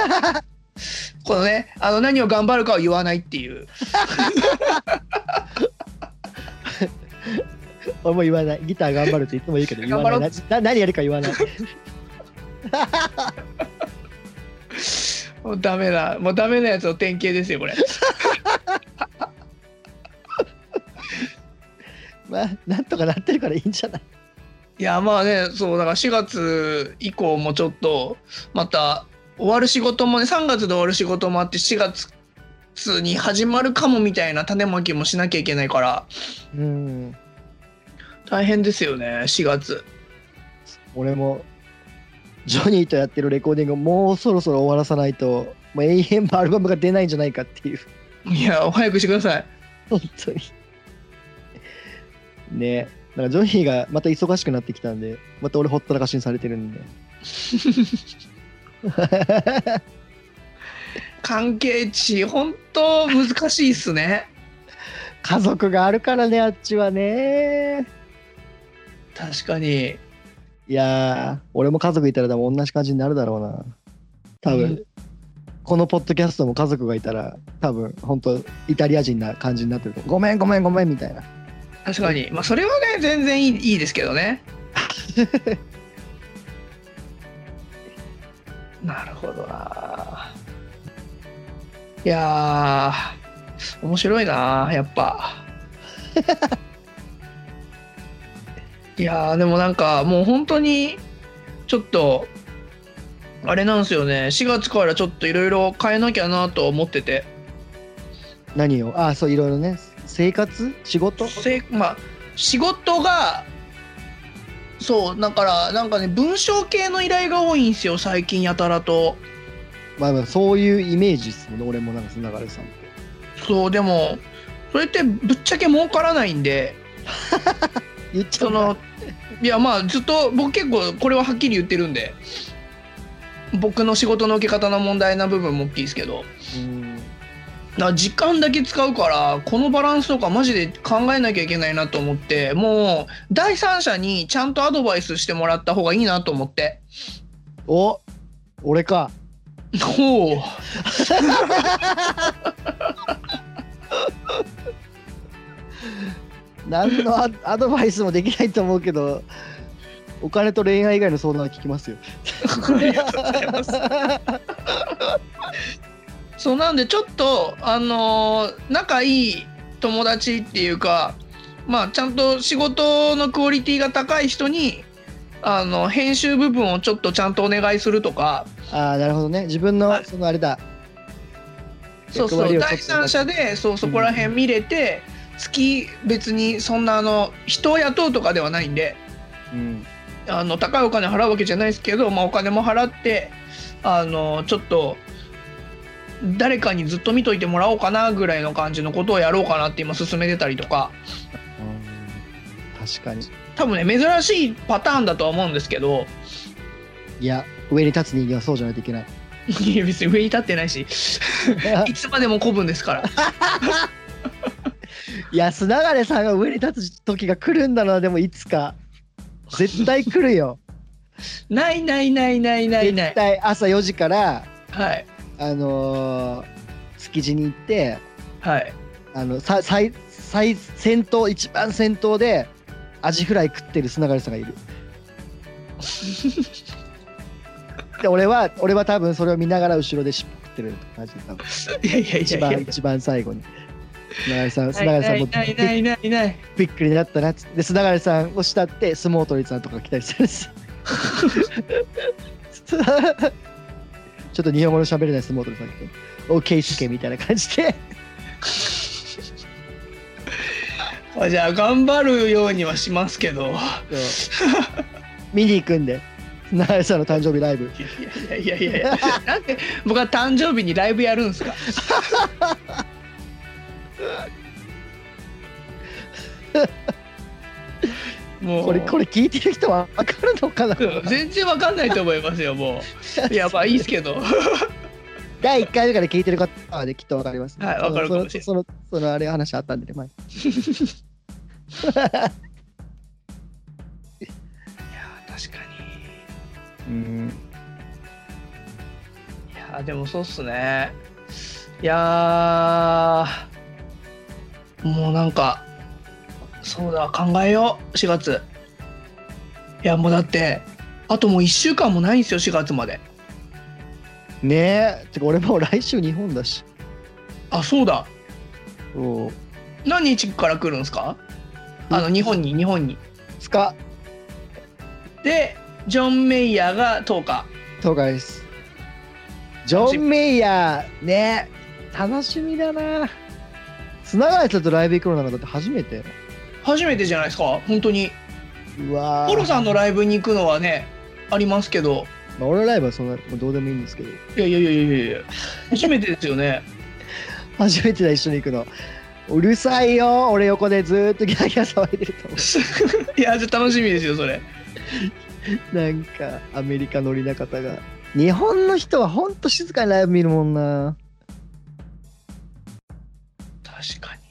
Speaker 3: このねあの何を頑張るかを言わないっていう
Speaker 2: 俺も言わないギター *laughs* 頑張るっていつも言うけど言わない
Speaker 3: 頑張
Speaker 2: なな何やるか言わない *laughs*
Speaker 3: もうダメだもうダメなやつの典型ですよこれ。
Speaker 2: まあなんとかなってるからいいんじゃない
Speaker 3: いやまあねそうだから4月以降もちょっとまた終わる仕事もね3月で終わる仕事もあって4月に始まるかもみたいな種まきもしなきゃいけないから
Speaker 2: うん
Speaker 3: 大変ですよね4月
Speaker 2: 俺もジョニーとやってるレコーディングをもうそろそろ終わらさないともう永遠のアルバムが出ないんじゃないかっていう *laughs*
Speaker 3: いや早くしてください
Speaker 2: 本当にねだからジョニーがまた忙しくなってきたんでまた俺ほったらかしにされてるんで
Speaker 3: 関係値本当難しいっすね
Speaker 2: 家族があるからねあっちはね
Speaker 3: 確かに
Speaker 2: いやー俺も家族いたら多分同じ感じになるだろうな多分、
Speaker 3: うん
Speaker 2: このポッドキャストも家族がいたら多分本当イタリア人な感じになってると思うごめんごめんごめんみたいな
Speaker 3: 確かにまあそれはね全然いいいいですけどね *laughs* なるほどないやー面白いなやっぱ *laughs* いやーでもなんかもう本当にちょっとあれなんですよね4月からちょっといろいろ変えなきゃなと思ってて
Speaker 2: 何をああそういろいろね生活仕事
Speaker 3: せまあ仕事がそうだからなんかね文章系の依頼が多いんですよ最近やたらと
Speaker 2: まあまあそういうイメージですもんね俺もなんかその流れさんって
Speaker 3: そうでもそれってぶっちゃけ儲からないんで
Speaker 2: 言っちゃ
Speaker 3: そう
Speaker 2: な
Speaker 3: のいやまあずっと僕結構これははっきり言ってるんで僕の仕事の受け方の問題な部分も大きいですけど
Speaker 2: うん
Speaker 3: だから時間だけ使うからこのバランスとかマジで考えなきゃいけないなと思ってもう第三者にちゃんとアドバイスしてもらった方がいいなと思って。
Speaker 2: お俺か
Speaker 3: ほう。
Speaker 2: 何のアアドバイスもできないと思うけどお金と恋愛以外の相談は聞きますよ。
Speaker 3: ありがとうございます。そうなんでちょっとあのー仲いい友達っていうか、まあちゃんと仕事のクオリティが高い人にあの編集部分をちょっとちゃんとお願いするとか、
Speaker 2: ああ、なるほどね。自分
Speaker 3: は
Speaker 2: の、
Speaker 3: い
Speaker 2: そのあれだ。
Speaker 3: そう
Speaker 2: 役
Speaker 3: そ
Speaker 2: 割
Speaker 3: う
Speaker 2: をちょ
Speaker 3: 第
Speaker 2: っとなんか
Speaker 3: 三者でそうそこら辺見れて、月別にそんなあの人を雇うとかではないんで。
Speaker 2: うん。
Speaker 3: あの高いお金払うわけじゃないですけど、まあ、お金も払ってあのちょっと誰かにずっと見といてもらおうかなぐらいの感じのことをやろうかなって今進めてたりとか
Speaker 2: 確かに。
Speaker 3: 多分ね珍しいパターンだとは思うんですけど
Speaker 2: いや、上に立つ人間はそうじゃないといけ
Speaker 3: *laughs*
Speaker 2: ない。
Speaker 3: いや別に上に立ってないしいつまでも古文ですから
Speaker 2: いや、須永さんが上に立つ時が来るんだな、でもいつか。絶対来るよ。
Speaker 3: ないないない *laughs* ないないな
Speaker 2: 絶
Speaker 3: い、
Speaker 2: 対朝4時から、
Speaker 3: はい
Speaker 2: あのー築地に行って、
Speaker 3: はい、
Speaker 2: あの、さ最、最先頭、一番先頭で、アジフライ食ってる須永さんがいる。で、俺は、俺は多分それを見ながら後ろで尻尾食ってる感じで多分
Speaker 3: いやいやい
Speaker 2: 一
Speaker 3: やいや
Speaker 2: 番、一番最後に。須永さん、須
Speaker 3: な
Speaker 2: 永さんも
Speaker 3: いないないないない
Speaker 2: びっくりだったなっつってで須永さんを慕って相撲取りさんとか来たりするんです
Speaker 3: *laughs*
Speaker 2: ちょっと日本語の喋れない相撲取りさん来て「おケイスケ」みたいな感じで
Speaker 3: あじゃあ頑張るようにはしますけど
Speaker 2: 見に行くんで須永さんの誕生日ライブ
Speaker 3: いやいやいやいやなんで僕は誕生日にライブやるん
Speaker 2: *laughs*
Speaker 3: すかもう
Speaker 2: これこれ聞いてる人は分かるのかな
Speaker 3: 全然わかんないと思いますよもういやまあいいですけど
Speaker 2: 第1回目から聞いてる方はねきっと分かります、
Speaker 3: はいわかるかもしれない
Speaker 2: そのそのそのあれ話あったんでね前
Speaker 3: 確か
Speaker 2: うん
Speaker 3: にいやでもそうっすねいやーもうなんかそうだ考えよう4月いやもうだってあともう1週間もないんですよ4月まで
Speaker 2: ねえてか俺もう来週日本だし
Speaker 3: あそうだ
Speaker 2: お
Speaker 3: 何日から来るんですかあの日本に日本に
Speaker 2: 2日
Speaker 3: でジョン・メイヤーが10日
Speaker 2: 東海です。ジョン・メイヤー、ね、楽しみだな。つながれたとライブ行くのなんかだって初めて。
Speaker 3: 初めてじゃないですか本当に
Speaker 2: うわー
Speaker 3: ポロさんのライブに行くのはねありますけど
Speaker 2: まあ、俺のライブはそんなもうどうでもいいんですけど、
Speaker 3: いやいやいやいやいや初めてですよね
Speaker 2: 初めてだ、一緒に行くの。うるさいよ、俺横でずーっとギャーギャー騒いでると思
Speaker 3: *laughs* いやじゃあ楽しみですよそれ
Speaker 2: う。なんか、アメリカ乗りな方が。日本の人はほんと静かにライブ見るもんな。
Speaker 3: 確かに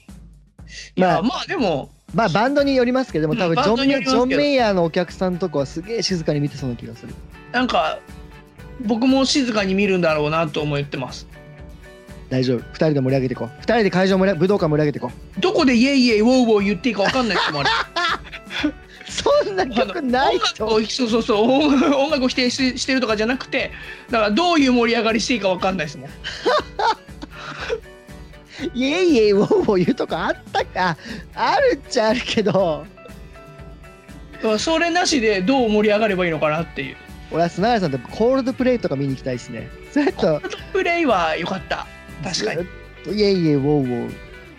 Speaker 3: い
Speaker 2: まあ
Speaker 3: やまあでも
Speaker 2: まあ、バンドによりますけど、でも多
Speaker 3: うん
Speaker 2: 分ジ
Speaker 3: バ
Speaker 2: ョ
Speaker 3: ンド
Speaker 2: ン
Speaker 3: に
Speaker 2: メイ、
Speaker 3: より
Speaker 2: ジ
Speaker 3: ますけど
Speaker 2: ョンメイヤーのお客さんとかはすげえ静かに見てそうな気がする。
Speaker 3: なんか僕も静かに見るんだろうなと思ってます
Speaker 2: 大丈夫、2人で盛り上げていこう。2人で会場盛り上げ武道館盛り上げていこう。
Speaker 3: どこでイエイイエイウォーウォー言っていいか分かんない人 *laughs* もある
Speaker 2: そんな曲ない
Speaker 3: 音
Speaker 2: と
Speaker 3: 楽をそうそうそう音楽音楽を否定ししてるとかじゃなくてだからどういう盛り上がりしていいかわかんないですもん
Speaker 2: イエイイエイウォーウォー言うとこあったかあるっちゃあるけど
Speaker 3: だからそれなしでどう盛り上がればいいのかなっていう
Speaker 2: 俺は砂原さんとコールドプレイとか見に行きたいですねずっと
Speaker 3: プレイは良かった確かに
Speaker 2: ずっとイエイイエイウォーウォー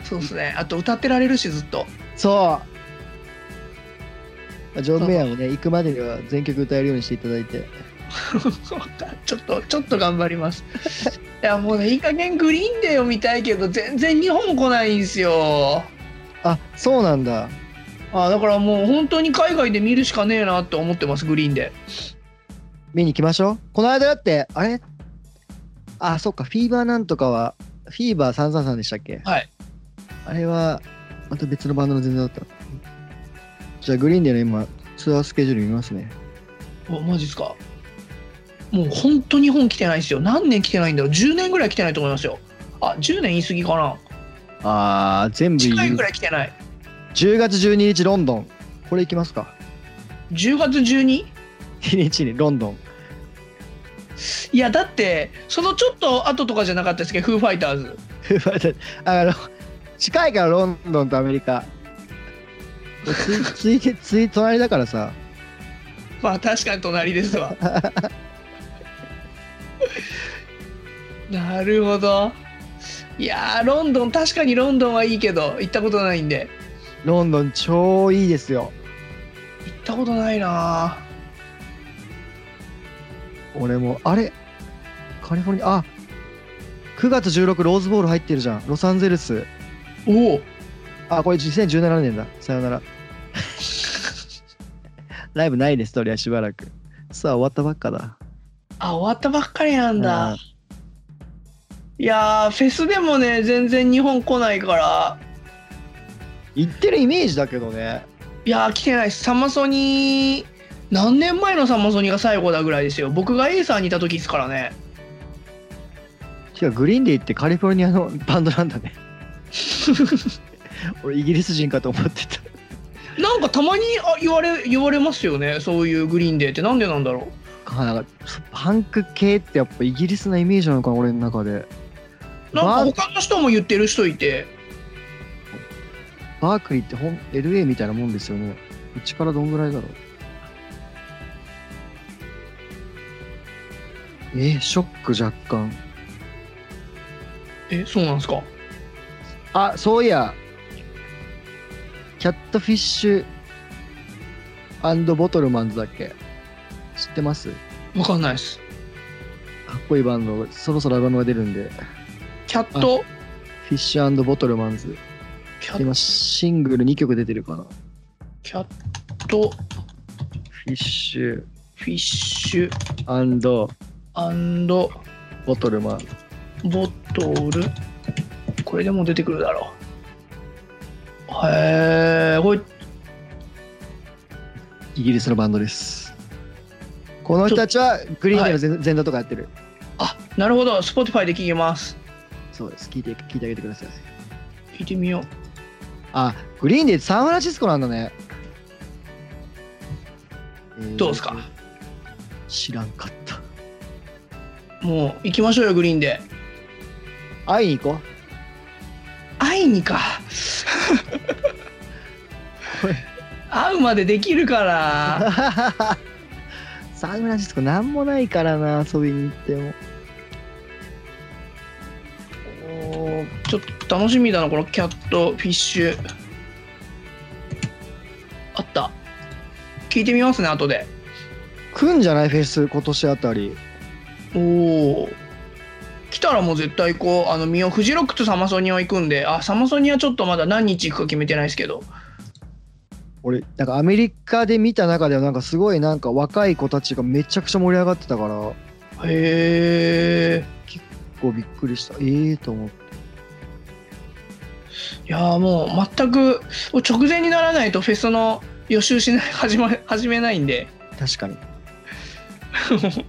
Speaker 3: そうですねあと歌ってられるしずっと
Speaker 2: そうジョン・メイヤーもね行くまでには全曲歌えるようにしていただいて
Speaker 3: *laughs* ちょっとちょっと頑張りますいやもうねいい加減グリーンデーを見たいけど全然日本来ないんですよ
Speaker 2: あそうなんだ
Speaker 3: あだからもう本当に海外で見るしかねえなと思ってますグリーンデ
Speaker 2: 見に行きましょうこの間だってあれあそっかフィーバーなんとかはフィーバー333でしたっけ
Speaker 3: ーはい
Speaker 2: あれは、また別のバンドの全然だった。じゃあ、グリーンデーの今、ツアースケジュール見ますね。
Speaker 3: おマジっすかもう本当日本来てないですよ何年来てないんだろう10年ぐらい来てないと思いますよあ10年言い過ぎかな
Speaker 2: あー、全部
Speaker 3: 近いぐらい来てない
Speaker 2: 10月12日、ロンドン。これ行きますか。
Speaker 3: 10月 12?
Speaker 2: 日にちにロンドン
Speaker 3: いやだってそのちょっと後とかじゃなかったですけどフーファイターズ
Speaker 2: *laughs* あの近いからロンドンとアメリカついつ *laughs* いつい隣だからさ
Speaker 3: まあ確かに隣ですわなるほどいやーロンドン確かにロンドンはいいけど行ったことないんで
Speaker 2: ロンドン超いいですよ
Speaker 3: 行ったことないな
Speaker 2: 俺もあれカリフォルニアあ9月16ローズボール入ってるじゃんロサンゼルス
Speaker 3: おお
Speaker 2: あこれ2017年ださよなら *laughs* ライブないですとりあえずしばらくさあ終わったばっかだ
Speaker 3: あ終わったばっかりなんだ、いやーフェスでもね全然日本来ないから
Speaker 2: 行ってるイメージだけどね
Speaker 3: いやー来てないですサマソニー何年前のサマソニーが最後だぐらいですよ僕が A さんにいた時ですからね
Speaker 2: てかグリーンで行ってカリフォルニアのバンドなんだ
Speaker 3: *laughs*
Speaker 2: ね俺イギリス人かと思ってた
Speaker 3: なんかたまにあ言われ言われますよねそういうグリーンデーってなんでなんだろう
Speaker 2: かなんかパンク系ってやっぱイギリスのイメージなのかな俺の中で
Speaker 3: なん
Speaker 2: バー
Speaker 3: か他の人も言ってる人いて
Speaker 2: バークリーってほん LA みたいなもんですよねうちからどんぐらいだろうえーショック若干
Speaker 3: えそうなんですか
Speaker 2: あそういやキャットフィッシュボトルマンズだっけ知ってますか
Speaker 3: わかんないです
Speaker 2: っこいいバンドそろそろアルバムが出るんで
Speaker 3: キャット
Speaker 2: フィッシュボトルマンズ
Speaker 3: キャッ
Speaker 2: 今シングル2曲出てるかな
Speaker 3: キャット
Speaker 2: フィッシュ
Speaker 3: フィッシュ
Speaker 2: ボトルマン
Speaker 3: ボトルこれでも出てくるだろうへえこれ
Speaker 2: イギリスのバンドですこの人たちはグリーンデーの前,、前座とかやってる
Speaker 3: あなるほど Spotify で聞けます
Speaker 2: そうです聞いて聞いてあげてください
Speaker 3: 聞いてみよう
Speaker 2: あグリーンデーってサンフランシスコなんだね、えー
Speaker 3: どうですか
Speaker 2: 知らんかった
Speaker 3: もう行きましょうよグリーンデー
Speaker 2: 会いに行こ
Speaker 3: 会いにか
Speaker 2: *laughs* これ
Speaker 3: 会うまでできるか
Speaker 2: う
Speaker 3: ら
Speaker 2: *laughs* サンフランシスコなんもないからな遊びに行っても
Speaker 3: おーちょっと楽しみだなこのキャットフィッシュあった聞いてみますね後で
Speaker 2: 来んじゃないフェス今年あたり
Speaker 3: おお来たらもう絶対こうあのみよフジロックとサマソニア行くんであサマソニアちょっとまだ何日行くか決めてないですけど
Speaker 2: 俺なんかアメリカで見た中ではなんかすごいなんか若い子たちがめちゃくちゃ盛り上がってたから
Speaker 3: へえ
Speaker 2: こうびっくりしたええと思って
Speaker 3: いやーもう全く直前にならないとフェスの予習しない *laughs* 始,、ま、始めないんで
Speaker 2: 確かに
Speaker 3: *laughs*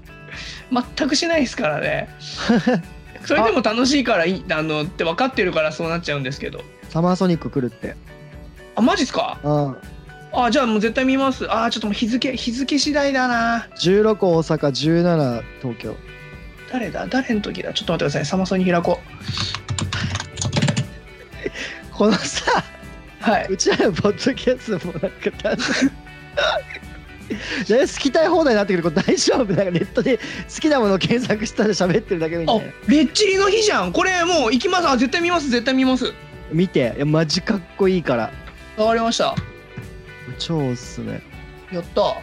Speaker 3: 全くしないですからねそれでも楽しいからいいあのって分かってるからそうなっちゃうんですけど
Speaker 2: サマーソニック来るって
Speaker 3: あマジっすか
Speaker 2: うん
Speaker 3: あじゃあもう絶対見ますあちょっともう日付日付次第だな
Speaker 2: 16大阪17東京
Speaker 3: 誰だ誰の時だちょっと待ってくださいサマソニ開こう
Speaker 2: このさ *laughs*
Speaker 3: はいう
Speaker 2: ちらのポッドキャストもなんかだんだん *laughs* だいぶ好きたい放題になってくるこれ大丈夫なんかネットで好きなものを検索したら喋ってるだけみた
Speaker 3: あ
Speaker 2: いな
Speaker 3: レッチリの日じゃんこれもう行きますあ絶対見ます絶対見ます
Speaker 2: 見ていやマジかっこいいから
Speaker 3: わかりました
Speaker 2: 超おすすめ
Speaker 3: やった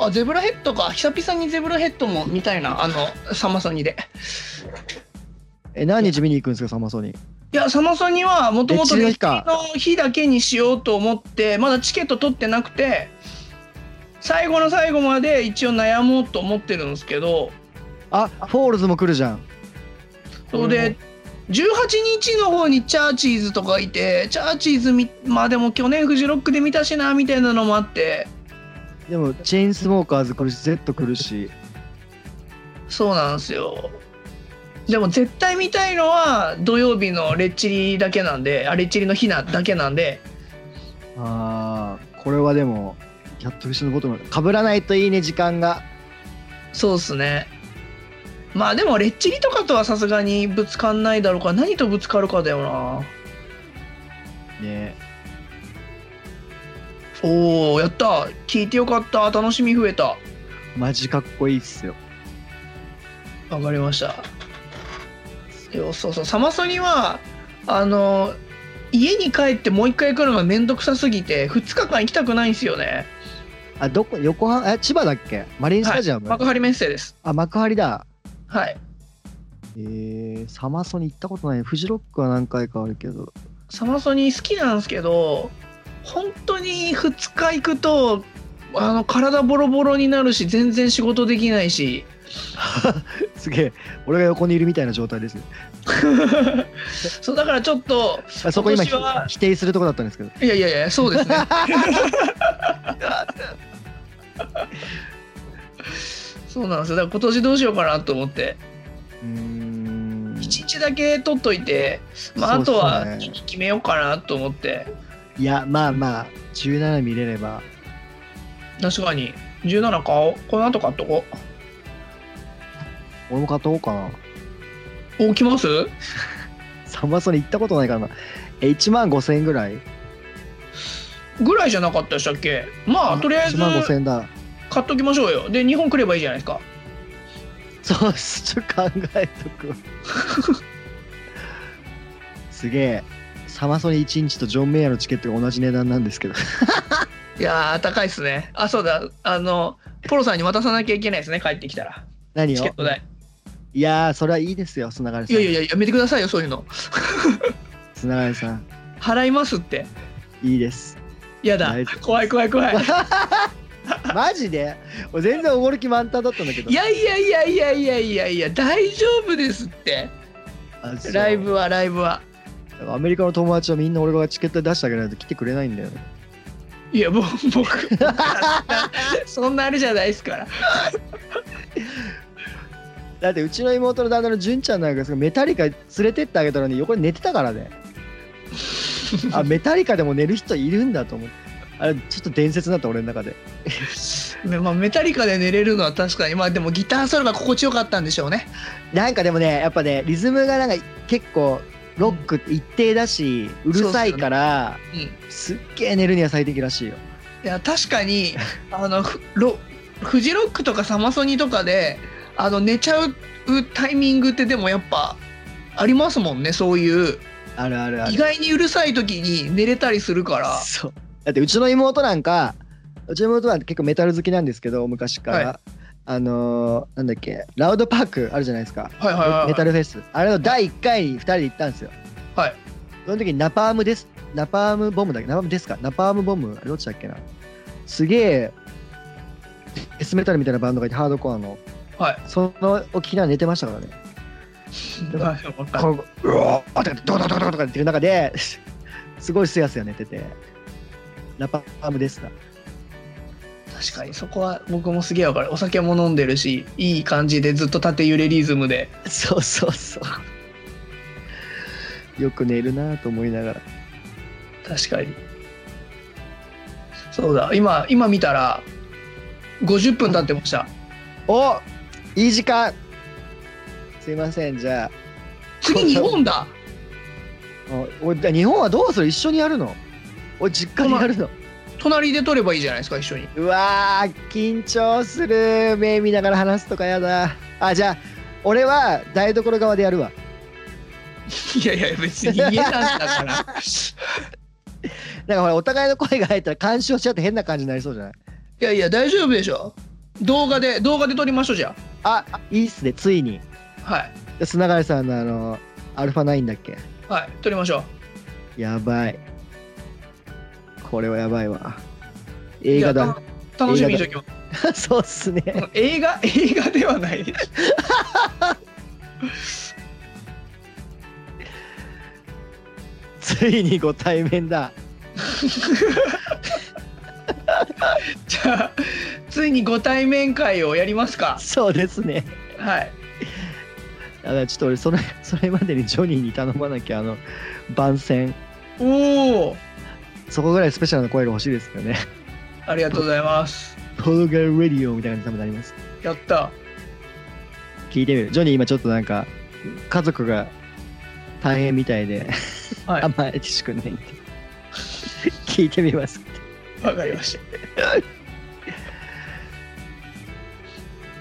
Speaker 3: あゼブラヘッドか久々にゼブラヘッドも見たいなあのサマソニで
Speaker 2: え何日見に行くんですかサマーソニ
Speaker 3: いやサマソニはもともと
Speaker 2: レ
Speaker 3: レ
Speaker 2: ッ
Speaker 3: ッ
Speaker 2: チ
Speaker 3: チ
Speaker 2: リの日か
Speaker 3: リの日だけにしようと思ってまだチケット取ってなくて最後の最後まで一応悩もうと思ってるんですけど
Speaker 2: あフォールズも来るじゃん
Speaker 3: そうで、18日の方にチャーチーズとかいてチャーチーズみまあでも去年フジロックで見たしなみたいなのもあって
Speaker 2: でもチェーンスモーカーズ来るし Z 来るし
Speaker 3: そうなんですよでも絶対見たいのは土曜日のレッチリだけなんであレッチリの日なだけなんで
Speaker 2: あーこれはでもやっと後ろのこともかぶらないといいね時間が
Speaker 3: そうっすねまあでもレッチリとかとはさすがにぶつかんないだろうから何とぶつかるかだよな
Speaker 2: ね
Speaker 3: おおやった聞いてよかった楽しみ増えた
Speaker 2: マジかっこいいっすよ
Speaker 3: わかりましたよそうそうサマソニはあの家に帰ってもう一回来るのがめんどくさすぎて2日間行きたくないんですよね
Speaker 2: あどこ横浜え千葉だっけマリンスタジアム、
Speaker 3: 幕張メッセです
Speaker 2: あ幕張だ
Speaker 3: はい
Speaker 2: えー、サマソに行ったことないフジロックは何回かあるけど
Speaker 3: サマソニ好きなんですけど本当に2日行くとあの体ボロボロになるし全然仕事できないし
Speaker 2: すげえ俺が横にいるみたいな状態ですね
Speaker 3: *laughs* そうだからちょっと
Speaker 2: あそこ今ひ
Speaker 3: 今年は
Speaker 2: 否定するとこだったんですけど
Speaker 3: いやいやいやそうですね *laughs* そうなんですよだから今年どうしようかなと思って
Speaker 2: うーん
Speaker 3: 1日だけ取っといて、まあ、
Speaker 2: そうっす
Speaker 3: あと
Speaker 2: ね
Speaker 3: は決めようかなと思って、
Speaker 2: いやまあまあ17見れれば
Speaker 3: 確かに17買おうこの後買っとこ
Speaker 2: 俺も買っとこうかな
Speaker 3: うお来ます
Speaker 2: サマソに行ったことないからなえ1万5000円ぐらい
Speaker 3: ぐらいじゃなかったでしたっけまあとりあえず
Speaker 2: 1万5000円だ
Speaker 3: 買っときましょうよで日本来ればいいじゃないですか
Speaker 2: そうっすちょっと考えと
Speaker 3: *laughs*
Speaker 2: くわすげえサマソニ1日とジョン・メイヤーのチケットが同じ値段なんですけど *laughs*
Speaker 3: いやー高いっすねあそうだあのポロさんに渡さなきゃいけないですね帰ってきたら
Speaker 2: 何
Speaker 3: チケ
Speaker 2: よ
Speaker 3: ット代
Speaker 2: いやーそれはいいですよ砂
Speaker 3: い
Speaker 2: 金
Speaker 3: や
Speaker 2: さ
Speaker 3: いや
Speaker 2: ん
Speaker 3: いややめてくださいよそういうの
Speaker 2: 砂金さん
Speaker 3: 払いますって
Speaker 2: いいです
Speaker 3: やだ
Speaker 2: 大丈夫
Speaker 3: 怖い怖い怖い
Speaker 2: マジで俺全然おごる気満タンだったんだけど
Speaker 3: いやいやいやいやいやいやいや大丈夫ですって
Speaker 2: あそう
Speaker 3: ライブはライブは
Speaker 2: アメリカの友達はみんな俺がチケット出してあげないと来てくれないんだよね
Speaker 3: いやもう僕 *laughs* そんなあれじゃないですから
Speaker 2: だってうちの妹の旦那の純ちゃんなんかさメタリカ連れてってあげたのに横に寝てたから
Speaker 3: *laughs*
Speaker 2: ねあメタリカでも寝る人いるんだと思ってあれちょっと伝説になった俺の中で
Speaker 3: ねまあ、メタリカで寝れるのは確かにまあでもギターソロが心地よかったんでしょうね
Speaker 2: なんかでもねやっぱねリズムがなんか結構ロックって一定だしうるさいから
Speaker 3: うんい
Speaker 2: す,、っげえ寝るには最適らしいよ
Speaker 3: や確
Speaker 2: *laughs*
Speaker 3: かにあのフロフジロックとかサマソニとかであの寝ちゃうタイミングってでもやっぱありますもんねそういう
Speaker 2: あるあるある
Speaker 3: 意外にうるさい時に寝れたりするから
Speaker 2: そうだってうちの妹なんかうちの妹は結構メタル好きなんですけど昔から、
Speaker 3: は
Speaker 2: あのーなんだっけラウドパークあるじゃないですか
Speaker 3: はいはいはい
Speaker 2: メタ
Speaker 3: はい
Speaker 2: ルフェスあれの第1回に2人で行ったんですよ
Speaker 3: はい
Speaker 2: その時にナパームですナパームボムだっけナパームですかナパームボムあれどっちだっけなすげえデスメタルみたいなバンドがいてハードコアの
Speaker 3: はい
Speaker 2: そのを聞きながら寝てましたからねだから
Speaker 3: はいわかる
Speaker 2: こううわーとかドカドカドカドカっていう中で *laughs* すごいすやすや寝ててナパームですか
Speaker 3: 確かにそこは僕もすげえわかるお酒も飲んでるしいい感じでずっと縦揺れリズムで
Speaker 2: そうそうそうよく寝るなと思いながら
Speaker 3: 確かにそうだ今今見たら50分経ってました
Speaker 2: おいい時間すいませんじゃあ
Speaker 3: 次日本
Speaker 2: あ
Speaker 3: だ
Speaker 2: おい日本はどうする一緒にやるのおい実家にやるの
Speaker 3: 隣で撮ればいいじゃないですか一緒に
Speaker 2: うわー緊張する目見ながら話すとかやだあじゃあ俺は台所側でやるわ
Speaker 3: いやいや別に家なんだからい
Speaker 2: なんかほらお互いの声が入ったら干渉しちゃって変な感じになりそうじゃない
Speaker 3: やいや大丈夫でしょ動画で動画で撮りましょうじゃ
Speaker 2: あいいっすねついに
Speaker 3: あはい
Speaker 2: 砂川さんのあのアルファ9だっけ
Speaker 3: はい撮りましょ
Speaker 2: やばいこれはやばいわ
Speaker 3: う
Speaker 2: 映画だ
Speaker 3: いやた楽しみにしときま
Speaker 2: *laughs*
Speaker 3: す
Speaker 2: そうっすね
Speaker 3: 映画 *laughs* 映画ではない
Speaker 2: ついにご対面だ
Speaker 3: じゃあついにご対面会をやりますか
Speaker 2: そうですね
Speaker 3: はい
Speaker 2: だからちょっと俺それ *laughs* それまでにジョニーに頼まなきゃあの番宣
Speaker 3: おお
Speaker 2: そこぐらいスペシャルな声が欲しいですよね *laughs*
Speaker 3: ありがとうございます
Speaker 2: ポルガルレディオみたいな感じに多分なります。
Speaker 3: やった
Speaker 2: 聞いてみる。ジョニー今ちょっとなんか、家族が大変みたいで、
Speaker 3: はい
Speaker 2: あんまりしくないんで。 *laughs* 聞いてみます。
Speaker 3: わかりまし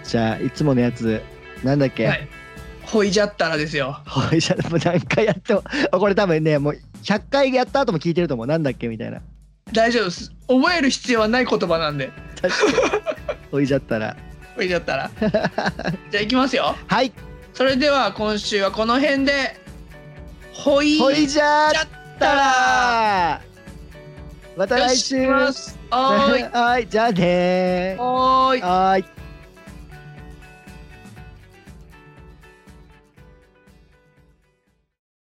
Speaker 2: じゃあ、いつものやつ、なんだったけ、
Speaker 3: はいほいじゃったらですよ
Speaker 2: ほいじゃもう何回やっても、 *laughs* あこれ多分ね、もう100回やった後も聞いてると思う。なんだっけみたいな。
Speaker 3: 大丈夫です覚える必要はない言葉なんで
Speaker 2: 確か
Speaker 3: *laughs*
Speaker 2: に。ほいじゃったら。
Speaker 3: ほいじゃった *laughs* らじゃあいきますよ
Speaker 2: はい、
Speaker 3: それでは今週はこの辺でほい
Speaker 2: ほいじゃっ
Speaker 3: じゃったたら
Speaker 2: らまた来週
Speaker 3: よし行きますはーい
Speaker 2: *laughs* はい、じゃあねー
Speaker 3: はーい
Speaker 2: はーい。